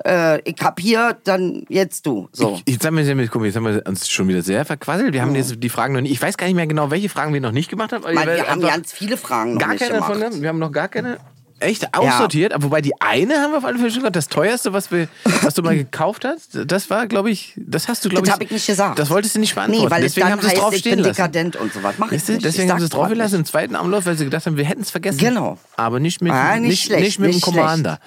S4: äh, ich hab hier, dann jetzt du. So.
S5: Ich, jetzt, haben wir, jetzt haben wir uns schon wieder sehr verquasselt. Wir haben jetzt die Fragen noch nicht. Ich weiß gar nicht mehr genau, welche Fragen wir noch nicht gemacht haben. aber
S4: Mann,
S5: ihr
S4: wir
S5: werdet
S4: haben
S5: einfach
S4: ganz viele Fragen noch
S5: gar
S4: nicht
S5: keine
S4: gemacht.
S5: davon. gehabt. Wir haben noch gar keine. Echt aussortiert, aber wobei die eine haben wir auf alle Fälle schon gehabt. Das teuerste, was, wir, was du mal gekauft hast, das war, glaube ich, das hast du, glaube
S4: Das
S5: ich.
S4: habe ich nicht gesagt.
S5: Das wolltest du nicht beantworten.
S4: Nee, weil es
S5: deswegen
S4: dann
S5: haben sie es
S4: heißt,
S5: drauf
S4: ich
S5: stehen
S4: bin
S5: lassen.
S4: dekadent und sowas. Mach ich
S5: Weißt du,
S4: nicht.
S5: deswegen
S4: Ich
S5: haben sie es
S4: sag grad
S5: draufgelassen
S4: nicht.
S5: im zweiten Anlauf, weil sie gedacht haben, wir hätten es vergessen.
S4: Genau.
S5: Aber nicht mit,
S4: Ah, nicht
S5: nicht,
S4: schlecht,
S5: nicht mit
S4: nicht
S5: dem Commander.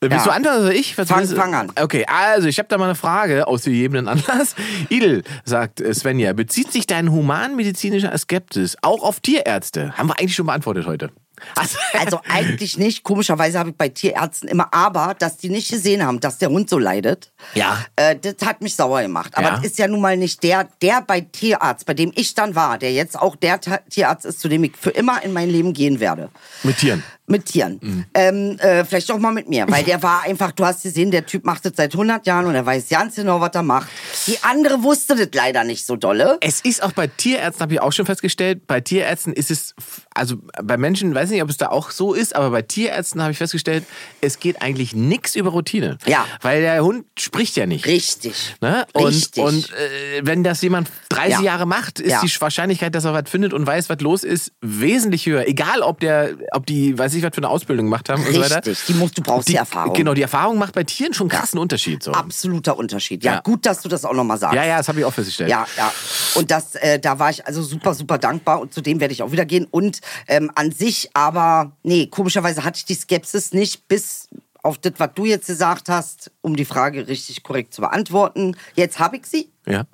S5: Äh, Willst
S4: Ja.
S5: du anfangen oder soll ich? Was
S4: Fang-
S5: willst du?
S4: fang an.
S5: Okay, also ich habe da mal eine Frage aus gegebenen Anlass. <laughs> Idel, sagt äh, Svenja, bezieht sich dein humanmedizinischer Skepsis auch auf Tierärzte? Haben wir eigentlich schon beantwortet heute. Also,
S4: Also eigentlich nicht. Komischerweise habe ich bei Tierärzten immer, aber dass die nicht gesehen haben, dass der Hund so leidet,
S5: Ja.
S4: äh, das hat mich sauer gemacht. Aber
S5: Ja.
S4: das ist ja nun mal nicht der, der bei Tierarzt, bei dem ich dann war, der jetzt auch der Ta- Tierarzt ist, zu dem ich für immer in mein Leben gehen werde.
S5: mit Tieren.
S4: Mit Tieren.
S5: Mhm.
S4: Ähm, äh, vielleicht auch mal mit mir, weil der war einfach, du hast gesehen, der Typ macht das seit 100 Jahren und er weiß ganz genau, was er macht. Die andere wusste das leider nicht so dolle.
S5: Es ist auch bei Tierärzten, habe ich auch schon festgestellt, bei Tierärzten ist es, also bei Menschen, weiß nicht, ob es da auch so ist, aber bei Tierärzten habe ich festgestellt, es geht eigentlich nichts über Routine.
S4: Ja.
S5: Weil der Hund spricht ja nicht.
S4: Richtig.
S5: Ne? Und,
S4: Richtig.
S5: und äh, wenn das jemand 30
S4: Ja.
S5: Jahre macht, ist
S4: Ja.
S5: die Wahrscheinlichkeit, dass er was findet und weiß, was los ist, wesentlich höher. Egal, ob der, ob die, weiß ich, was für eine Ausbildung gemacht haben und so weiter.
S4: Richtig. Die musst, du brauchst die, Erfahrung.
S5: Genau, die Erfahrung macht bei Tieren schon einen krassen Unterschied. So.
S4: Absoluter Unterschied. Ja,
S5: Ja.
S4: gut, dass du das auch nochmal sagst.
S5: Ja, ja, das habe ich auch festgestellt.
S4: Ja, ja. Und das, äh, da war ich also super, super dankbar und zu dem werde ich auch wieder gehen. Und ähm, an sich, aber nee, komischerweise hatte ich die Skepsis nicht bis auf das, was du jetzt gesagt hast, um die Frage richtig korrekt zu beantworten. Jetzt habe ich sie. <laughs>
S5: Ja.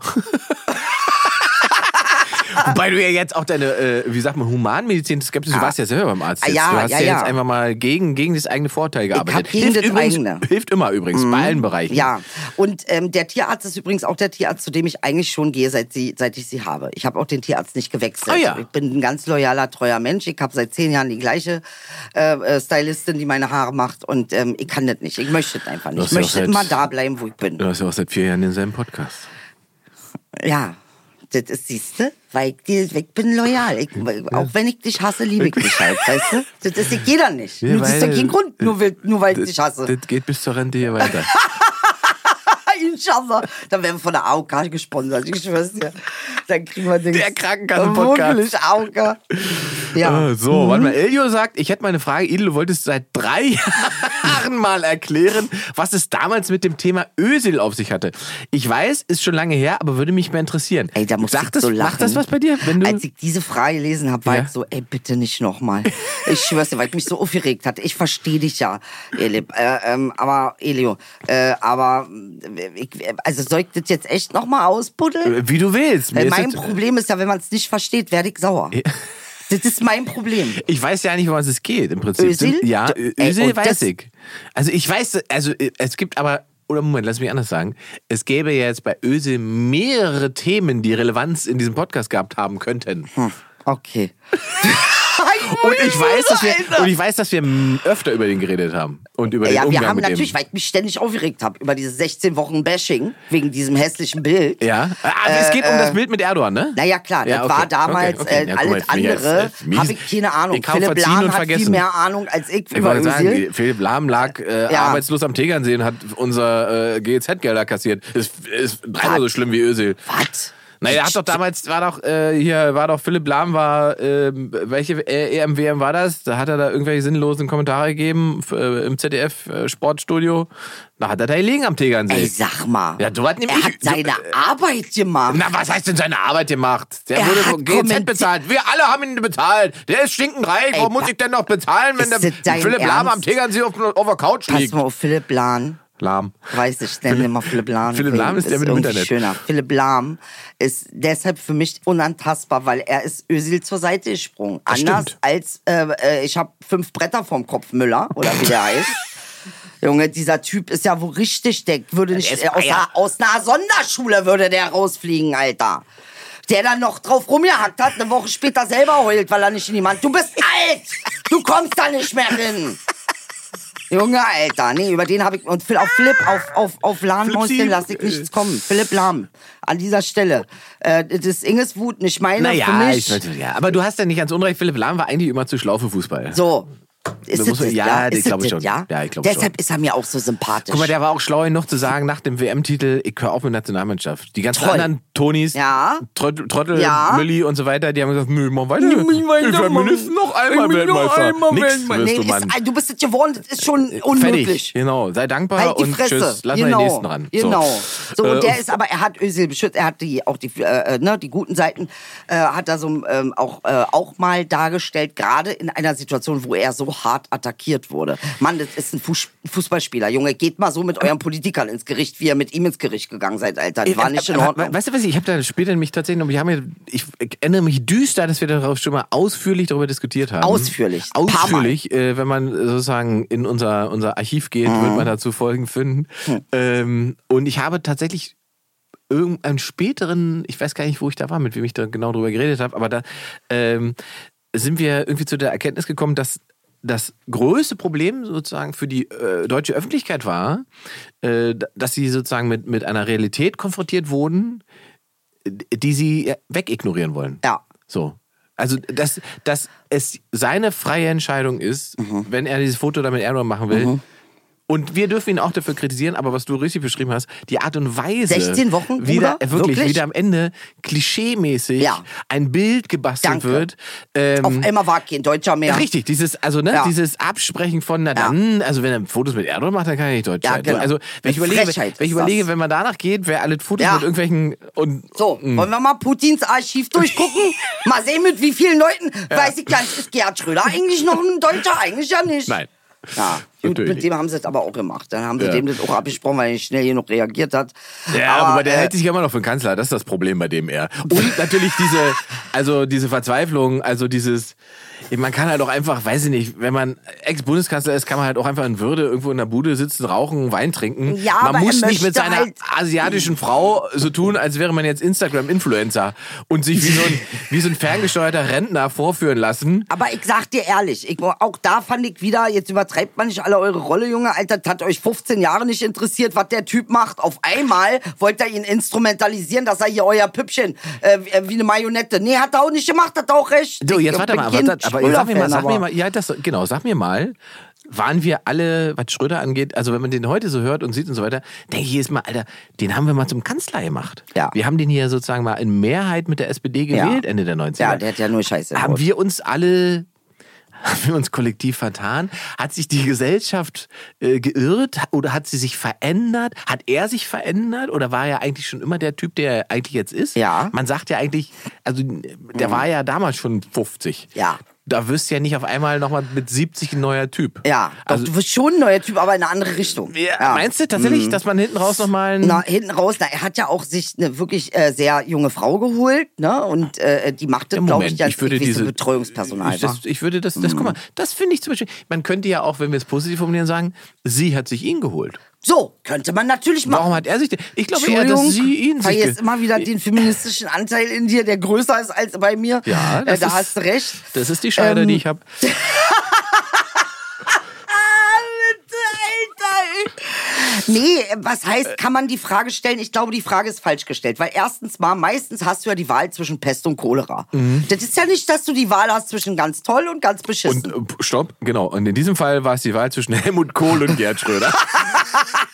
S5: Wobei du ja jetzt auch deine, äh, wie sagt man, Humanmedizin skeptisch, du warst ja selber beim Arzt.
S4: Ah,
S5: Jetzt.
S4: ja,
S5: du hast
S4: ja,
S5: ja,
S4: ja.
S5: jetzt einfach mal gegen, gegen das eigene Vorteil gearbeitet.
S4: gegen
S5: hilft,
S4: das
S5: übrigens,
S4: eigene. Mhm.
S5: hilft immer übrigens, bei allen Bereichen.
S4: Ja. Und ähm, der Tierarzt ist übrigens auch der Tierarzt, zu dem ich eigentlich schon gehe, seit, sie, seit ich sie habe. Ich habe auch den Tierarzt nicht
S5: Ah,
S4: gewechselt.
S5: ja.
S4: Ich bin ein ganz loyaler, treuer Mensch. Ich habe seit zehn Jahren die gleiche äh, äh, Stylistin, die meine Haare macht. Und ähm, ich kann das nicht. Ich möchte das einfach nicht.
S5: hast
S4: Ich
S5: ja auch
S4: möchte
S5: seit-
S4: immer da bleiben, wo ich bin.
S5: Du hast ja auch seit vier Jahren denselben Podcast.
S4: Ja, das ist, siehste, weil ich dir, ich bin loyal. Ich, Auch wenn ich dich hasse, liebe ich dich halt, weißt du? Das ist ich jeder nicht.
S5: Ja,
S4: nur, das ist
S5: weil- äh,
S4: doch kein Grund, nur, weil- nur weil ich dich hasse.
S5: Das geht bis zur Rente hier weiter.
S4: <laughs> Ich hasse. Dann werden wir von der AOK gesponsert, ich schwör's dir. Dann kriegen wir den.
S5: Der Krankenkassen-Podcast.
S4: Wirklich, AOK. Ja. Mhm.
S5: Ah, So, warte mal. Elio sagt, ich hätte mal eine Frage. Edel, du wolltest seit drei <laughs> Jahren mal erklären, was es damals mit dem Thema Ösil auf sich hatte. Ich weiß, ist schon lange her, aber würde mich mehr interessieren.
S4: Ey, da muss
S5: Sagt
S4: ich
S5: das,
S4: so lachen.
S5: Macht das was bei dir? Wenn du,
S4: Als ich diese Frage gelesen habe, war
S5: Ja.
S4: ich so, ey, bitte nicht nochmal. Ich schwör's dir, weil ich mich so aufgeregt hatte. Ich verstehe dich ja, Elib. Äh, ähm, aber, Elio, äh, aber, äh, ich, also soll ich das jetzt echt nochmal ausbuddeln?
S5: Wie du willst. Mir
S4: Äh,
S5: ist
S4: mein
S5: das-
S4: Problem ist ja, wenn man es nicht versteht, werde ich sauer. Das ist mein Problem.
S5: ich weiß ja nicht, um was es geht im Prinzip.
S4: Özil?
S5: Sind- Ja,
S4: Ey,
S5: Ösil
S4: und das-
S5: weiß ich. Also ich weiß, also äh, es gibt aber, oder Moment, lass mich anders sagen. Es gäbe ja jetzt bei Ösil mehrere Themen, die Relevanz in diesem Podcast gehabt haben könnten.
S4: Hm, okay.
S5: Und ich weiß, dass wir, und ich weiß, dass wir m- öfter über den geredet haben und über den
S4: Ja,
S5: Umgang
S4: wir haben
S5: mit
S4: natürlich,
S5: ihm.
S4: weil ich mich ständig aufgeregt habe über diese 16 Wochen Bashing wegen diesem hässlichen Bild.
S5: Ja, ah, es
S4: Äh,
S5: geht um das Bild mit Erdogan, ne?
S4: Naja, klar, das
S5: Ja, okay,
S4: war damals
S5: okay, okay.
S4: Äh,
S5: Ja, guck mal,
S4: alles
S5: jetzt bin ich
S4: andere.
S5: jetzt, äh, mies.
S4: Habe ich keine Ahnung.
S5: Ich kann
S4: Philipp
S5: verziehen
S4: Lahm
S5: und
S4: hat viel
S5: vergessen.
S4: mehr Ahnung als ich,
S5: Ich
S4: über
S5: wollte
S4: Özil.
S5: sagen, Philipp Lahm lag äh,
S4: Ja.
S5: arbeitslos am Tegernsee und hat unser äh, GEZ-Gelder kassiert. Ist, ist dreimal so schlimm wie Özil.
S4: Was?
S5: Naja, er hat doch damals, war doch, äh, hier, war doch Philipp Lahm, war, ähm, welche äh, EM, WM war das? Da hat er da irgendwelche sinnlosen Kommentare gegeben f- äh, im ZDF-Sportstudio. da hat er da gelegen am Tegernsee.
S4: Ey, sag mal.
S5: Äh, Ja, du hast nämlich-
S4: er hat
S5: du-
S4: seine Arbeit gemacht.
S5: Na, was heißt denn seine Arbeit gemacht? Der
S4: Er
S5: wurde
S4: hat
S5: vom GZ
S4: kommentiert-
S5: bezahlt. Wir alle haben ihn bezahlt. Der ist stinkend reich. Warum
S4: Ey,
S5: muss ich denn noch bezahlen, wenn
S4: ist
S5: der
S4: das dein
S5: Philipp Lahm am
S4: Ernst?
S5: Tegernsee auf, auf der Couch
S4: Pass
S5: liegt?
S4: mal auf, Philipp Lahm.
S5: Lahm.
S4: Weiß ich, nenne ihn mal Philipp Lahm.
S5: Philipp Lahm ist der mit dem
S4: irgendwie
S5: Internet.
S4: Schöner. Philipp Lahm ist deshalb für mich unantastbar, weil er ist Ösil zur Seite gesprungen.
S5: Das
S4: Anders
S5: stimmt.
S4: als äh, äh, ich habe fünf Bretter vorm Kopf, Müller oder wie der
S5: <laughs>
S4: heißt. Junge, dieser Typ ist ja wo richtig deckt. Würde nicht
S5: ist
S4: äh, aus,
S5: Eier.
S4: einer, aus einer Sonderschule würde der rausfliegen, Alter. Der dann noch drauf rumgehackt hat, eine Woche später selber heult, weil er nicht in die Mann. Du bist alt! Du kommst da nicht mehr hin! Junge, Alter, nee, über den habe ich. Und Phil, auf Philipp, auf, auf, auf Lahnmäuschen
S5: Flipsi,
S4: lasse ich nichts kommen. Philipp Lahm, an dieser Stelle. Äh, das ist Inges Wut, nicht meine, für
S5: Naja,
S4: mich.
S5: ich, ja, aber du hast ja nicht ganz unrecht. Philipp Lahm war eigentlich immer zu schlau für Fußball.
S4: so. Ist
S5: Da
S4: es
S5: muss man-
S4: das,
S5: ja,
S4: Ist
S5: ich
S4: es
S5: glaube
S4: das,
S5: schon.
S4: Ja?
S5: Ja, ich glaube
S4: Deshalb
S5: schon.
S4: ist er mir auch so sympathisch.
S5: Guck mal, der war auch schlau genug zu sagen, nach dem WM-Titel, ich höre auf mit Nationalmannschaft. Die ganzen
S4: Troll.
S5: anderen Tonis,
S4: Ja.
S5: Trott- Trottel,
S4: Ja.
S5: Mülli und so weiter, die haben gesagt, nö, mach weiter.
S4: Ich will weitermachen.
S5: Hm, Ich werde mindestens noch einmal
S4: Ich will noch
S5: Weltmeister.
S4: einmal
S5: Nix
S4: Weltmeister.
S5: wirst du,
S4: Nee,
S5: Mann.
S4: Ist, du bist es geworden, das ist schon unmöglich.
S5: Fertig, genau. Sei dankbar
S4: Halt die
S5: und
S4: Fresse.
S5: tschüss. Lass
S4: genau.
S5: mal den nächsten ran. So.
S4: Genau. So,
S5: Äh,
S4: und der ist aber, er hat Özil beschützt, er hat die, auch die, äh, äh, ne, die guten Seiten, äh, hat er so ähm, auch, äh, auch mal dargestellt, gerade in einer Situation, wo er so hart attackiert wurde. Mann, das ist ein Fuß Fußballspieler. Junge, geht mal so mit euren Politikern ins Gericht, wie ihr mit ihm ins Gericht gegangen seid, Alter.
S5: Äh,
S4: Das war eh nicht in
S5: Aber, aber,
S4: Ordnung.
S5: Weißt du was, ich habe da später mich tatsächlich, noch- wir haben ja, ich erinnere mich düster, dass wir darauf schon mal ausführlich darüber diskutiert haben.
S4: Ausführlich, ein paar Mal.
S5: Ausführlich, äh, wenn man sozusagen in unser, unser Archiv geht,
S4: Mhm.
S5: wird man dazu Folgen finden.
S4: Hm.
S5: Ähm, und ich habe tatsächlich irgendeinen späteren, ich weiß gar nicht, wo ich da war, mit wem ich da genau drüber geredet habe, aber da ähm, sind wir irgendwie zu der Erkenntnis gekommen, dass das größte Problem sozusagen für die äh, deutsche Öffentlichkeit war, äh, d- dass sie sozusagen mit, mit einer Realität konfrontiert wurden, d- die sie äh, wegignorieren wollen.
S4: Ja.
S5: So. Also, dass, dass es seine freie Entscheidung ist, wenn er dieses Foto damit Erdogan machen will. Und wir dürfen ihn auch dafür kritisieren, aber was du richtig beschrieben hast, die Art und Weise,
S4: 16 Wochen,
S5: wie da,
S4: Bruder?
S5: äh, wirklich,
S4: Wirklich?
S5: wie da am Ende klischeemäßig
S4: Ja.
S5: ein Bild gebastelt
S4: Danke.
S5: wird. Ähm,
S4: Auf einmal war kein Deutscher mehr.
S5: Richtig, dieses, also, ne,
S4: Ja.
S5: dieses Absprechen von, na dann, also wenn er Fotos mit Erdogan macht, dann kann er nicht Deutsch
S4: Ja,
S5: sein.
S4: genau.
S5: Also, wenn ich
S4: Eine
S5: überlege, wenn
S4: Frechheit
S5: ich
S4: ist
S5: überlege
S4: das.
S5: wenn man danach geht, wer alle Fotos
S4: Ja.
S5: mit irgendwelchen und
S4: So, wollen wir mal Putins Archiv
S5: <laughs>
S4: durchgucken? mal sehen, mit wie vielen Leuten. Weiß ich ganz, ist Gerhard Schröder eigentlich noch ein Deutscher? Eigentlich ja nicht.
S5: Nein. <laughs>
S4: Ja, gut,
S5: Natürlich
S4: mit dem haben sie es aber auch gemacht. Dann haben sie
S5: Ja.
S4: dem das auch abgesprochen, weil er nicht schnell genug reagiert hat.
S5: Ja, aber, der
S4: äh,
S5: hält sich ja immer noch für einen Kanzler. Das ist das Problem bei dem er. Und natürlich diese, also diese Verzweiflung, also dieses, man kann halt auch einfach, weiß ich nicht, wenn man Ex-Bundeskanzler ist, kann man halt auch einfach in Würde irgendwo in der Bude sitzen, rauchen, Wein trinken.
S4: Ja,
S5: man
S4: aber er
S5: muss nicht
S4: möchte
S5: mit seiner
S4: halt-
S5: asiatischen Frau so tun, als wäre man jetzt Instagram-Influencer und sich wie so ein, wie so ein ferngesteuerter Rentner vorführen lassen.
S4: Aber ich sag dir ehrlich, ich, auch da fand ich wieder, jetzt übertreibt man nicht alle eure Rolle, Junge, Alter, das hat euch 15 Jahre nicht interessiert, was der Typ macht. Auf einmal wollt ihr ihn instrumentalisieren, dass er hier euer Püppchen äh, wie- wie eine Marionette. Nee, hat er auch nicht gemacht, hat er auch recht.
S5: So, jetzt
S4: Ich
S5: warte
S4: bin
S5: mal,
S4: kein
S5: warte, aber jetzt sag mir mal,
S4: Schröder-Fan,
S5: sag mir
S4: aber-
S5: mal, ja, das, genau, sag mir mal, waren wir alle, was Schröder angeht, also wenn man den heute so hört und sieht und so weiter, denke ich jedes Mal, Alter, den haben wir mal zum Kanzler gemacht.
S4: Ja.
S5: Wir haben den hier sozusagen mal in Mehrheit mit der SPD
S4: Ja.
S5: gewählt, Ende der 90er.
S4: Ja, der hat ja nur Scheiße
S5: Haben
S4: gebaut.
S5: wir uns alle, <laughs> haben wir uns kollektiv vertan? Hat sich die Gesellschaft äh, geirrt oder hat sie sich verändert? Hat er sich verändert oder war er eigentlich schon immer der Typ, der er eigentlich jetzt ist?
S4: Ja. Mhm.
S5: Man sagt ja eigentlich, also der war ja damals schon 50.
S4: Ja.
S5: Da wirst du ja nicht auf einmal nochmal mit 70 ein neuer Typ.
S4: Ja, doch,
S5: Also,
S4: du bist schon ein neuer Typ, aber in eine andere Richtung.
S5: ja, Meinst du tatsächlich,
S4: Mhm.
S5: dass man hinten raus nochmal ein.
S4: Na, hinten raus, na, er hat ja auch sich eine wirklich äh, sehr junge Frau geholt, ne? Und äh, die machte,
S5: Im
S4: glaube ich,
S5: Moment,
S4: ganz
S5: ich würde
S4: gewisse
S5: diese
S4: Betreuungspersonal.
S5: Ich,
S4: wa?
S5: das, ich würde das, das,
S4: Mhm.
S5: guck mal, das finde ich zum Beispiel, man könnte ja auch, wenn wir es positiv formulieren, sagen, sie hat sich ihn geholt.
S4: So, könnte man natürlich machen.
S5: Warum hat er sich denn? Ich glaube eher, dass sie ihn
S4: weil
S5: sich
S4: jetzt
S5: ge- Äh,
S4: immer wieder den feministischen Anteil in dir, der größer ist als bei mir.
S5: Ja, das
S4: äh, da
S5: ist-
S4: hast du recht.
S5: Das ist die Scheide,
S4: Ähm,
S5: die ich habe.
S4: Nee, was
S5: Äh.
S4: heißt, kann man die Frage stellen? Ich glaube, die Frage ist falsch gestellt. Weil erstens mal, meistens hast du ja die Wahl zwischen Pest und Cholera. Das ist ja nicht, dass du die Wahl hast zwischen ganz toll und ganz beschissen.
S5: Mhm. Und äh, stopp, genau. Und in diesem Fall war es die Wahl zwischen Helmut Kohl und Gerd
S4: <laughs>
S5: Schröder.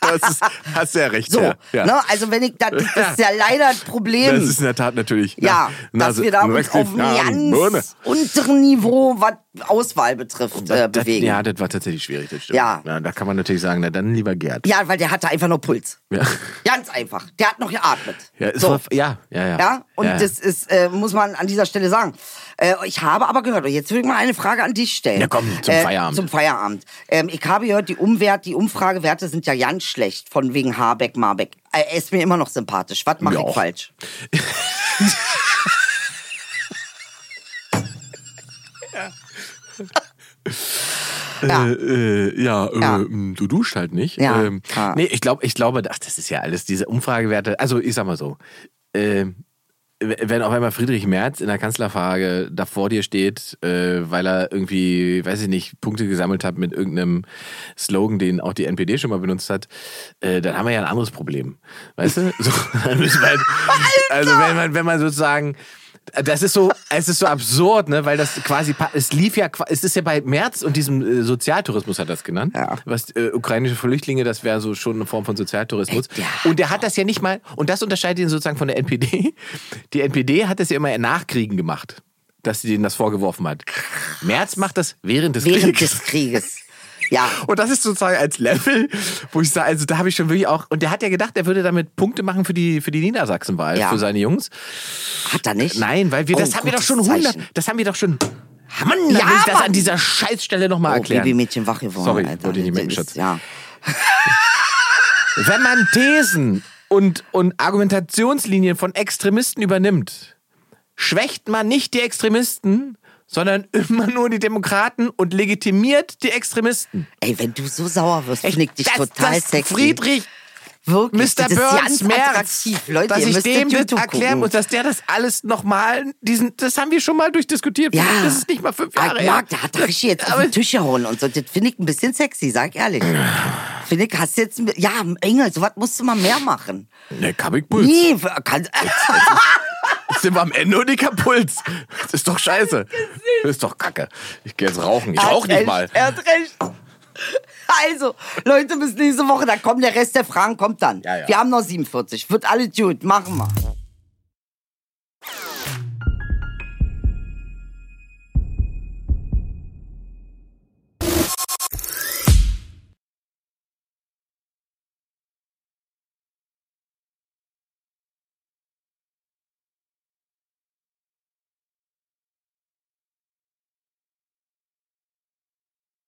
S5: das ist, hast du ja recht.
S4: so,
S5: ja. Ja.
S4: ne? also wenn ich, das,
S5: <laughs>
S4: das ist ja leider ein Problem.
S5: Das ist in der Tat natürlich. ne.
S4: Ja,
S5: na, also Nase-
S4: dass wir da uns auf äh, einem
S5: Nasen-
S4: ganz
S5: Birne.
S4: unteren Niveau, was Auswahl betrifft, äh,
S5: Das-
S4: bewegen.
S5: Ja, das war tatsächlich schwierig, das stimmt.
S4: Ja.
S5: da kann man natürlich sagen, na dann lieber Gerd.
S4: Ja, weil der hatte einfach nur Puls.
S5: Ja.
S4: Ganz einfach. Der hat noch geatmet.
S5: Ja, ist
S4: so.
S5: voll- ja, ja, ja.
S4: Ja, und
S5: Ja, ja.
S4: das ist, äh, muss man an dieser Stelle sagen. Äh, ich habe aber gehört, und jetzt würde ich mal eine Frage an dich stellen.
S5: Ja, komm, zum
S4: äh,
S5: Feierabend.
S4: Zum Feierabend. Ähm, ich habe gehört, die Umwert, die Umfragewerte sind ja ganz schlecht, von wegen Habeck, Marbeck. Äh, er ist mir immer noch sympathisch. Was mache
S5: Mir
S4: ich
S5: auch. <laughs>
S4: falsch? Ja.
S5: Äh, äh, ja,
S4: Ja.
S5: Äh, m, du duscht halt nicht.
S4: Ja.
S5: Ähm,
S4: Ja.
S5: Nee, ich glaube, ich glaube, ach, das ist ja alles, diese Umfragewerte. Also ich sag mal so, äh, wenn auf einmal Friedrich Merz in der Kanzlerfrage da vor dir steht, äh, weil er irgendwie, weiß ich nicht, Punkte gesammelt hat mit irgendeinem Slogan, den auch die NPD schon mal benutzt hat, äh, dann haben wir ja ein anderes Problem. Weißt du? So, dann müssen wir halt, also wenn man, wenn man sozusagen. Das ist so, es ist so absurd, ne, weil das quasi, pa- es lief ja, qua- es ist ja bei Merz und diesem äh, Sozialtourismus hat das genannt,
S4: Ja.
S5: was äh, ukrainische Flüchtlinge, das wäre so schon eine Form von Sozialtourismus.
S4: Ey, der
S5: Und der hat das ja nicht mal, und das unterscheidet ihn sozusagen von der NPD. Die NPD hat das ja immer nach Kriegen gemacht, dass sie denen das vorgeworfen hat. Merz macht das während des
S4: Während
S5: Krieges.
S4: des Krieges. Ja.
S5: Und das ist sozusagen als Level, wo ich sage, also da habe ich schon wirklich auch, und der hat ja gedacht, er würde damit Punkte machen für die, für die Niedersachsenwahl,
S4: Ja.
S5: für seine Jungs.
S4: Hat er nicht?
S5: Nein, weil wir,
S4: Oh,
S5: das haben wir doch
S4: gutes
S5: schon hundert,
S4: Zeichen.
S5: das haben wir doch schon, Mann, da
S4: Ja,
S5: will ich das
S4: Mann.
S5: an dieser Scheißstelle nochmal
S4: Oh,
S5: erklären.
S4: Babymädchen wach geworden.
S5: Sorry,
S4: Alter.
S5: wollte ich nicht
S4: Das
S5: merken,
S4: ist-
S5: Schatz.
S4: Ja.
S5: Wenn man Thesen und, und Argumentationslinien von Extremisten übernimmt, schwächt man nicht die Extremisten, sondern <laughs> immer nur die Demokraten und legitimiert die Extremisten.
S4: Ey, wenn du so sauer wirst, knick dich
S5: das,
S4: total
S5: das
S4: sexy.
S5: Friedrich
S4: Wirklich,
S5: Mr.
S4: das ist
S5: Burns
S4: ganz attraktiv,
S5: merkt,
S4: Leute,
S5: dass
S4: ihr
S5: ich
S4: müsst
S5: dem
S4: das
S5: das
S4: YouTube
S5: erklären
S4: gucken.
S5: muss, dass der das alles nochmal, diesen, das haben wir schon mal durchdiskutiert.
S4: Ja.
S5: Das ist nicht mal fünf
S4: Ah,
S5: Jahre her.
S4: Marc, da hat er richtig jetzt auf den Tisch gehauen und so. Das finde ich ein bisschen sexy, sag ehrlich. Finde ich, hast jetzt, ein bi- ja, Engel, sowas musst du mal mehr machen.
S5: Ne, Kabikpuls.
S4: Nee, kann, <laughs>
S5: Jetzt sind wir am Ende und ich hab Puls. Das ist doch scheiße. Das ist doch kacke. Ich gehe jetzt rauchen. Ich
S4: Er hat
S5: rauche nicht
S4: recht,
S5: mal.
S4: Er hat recht. Also, Leute, bis nächste Woche. Dann kommt der Rest der Fragen, kommt dann.
S5: Ja, ja.
S4: Wir haben noch 47. Wird alles gut. Machen wir.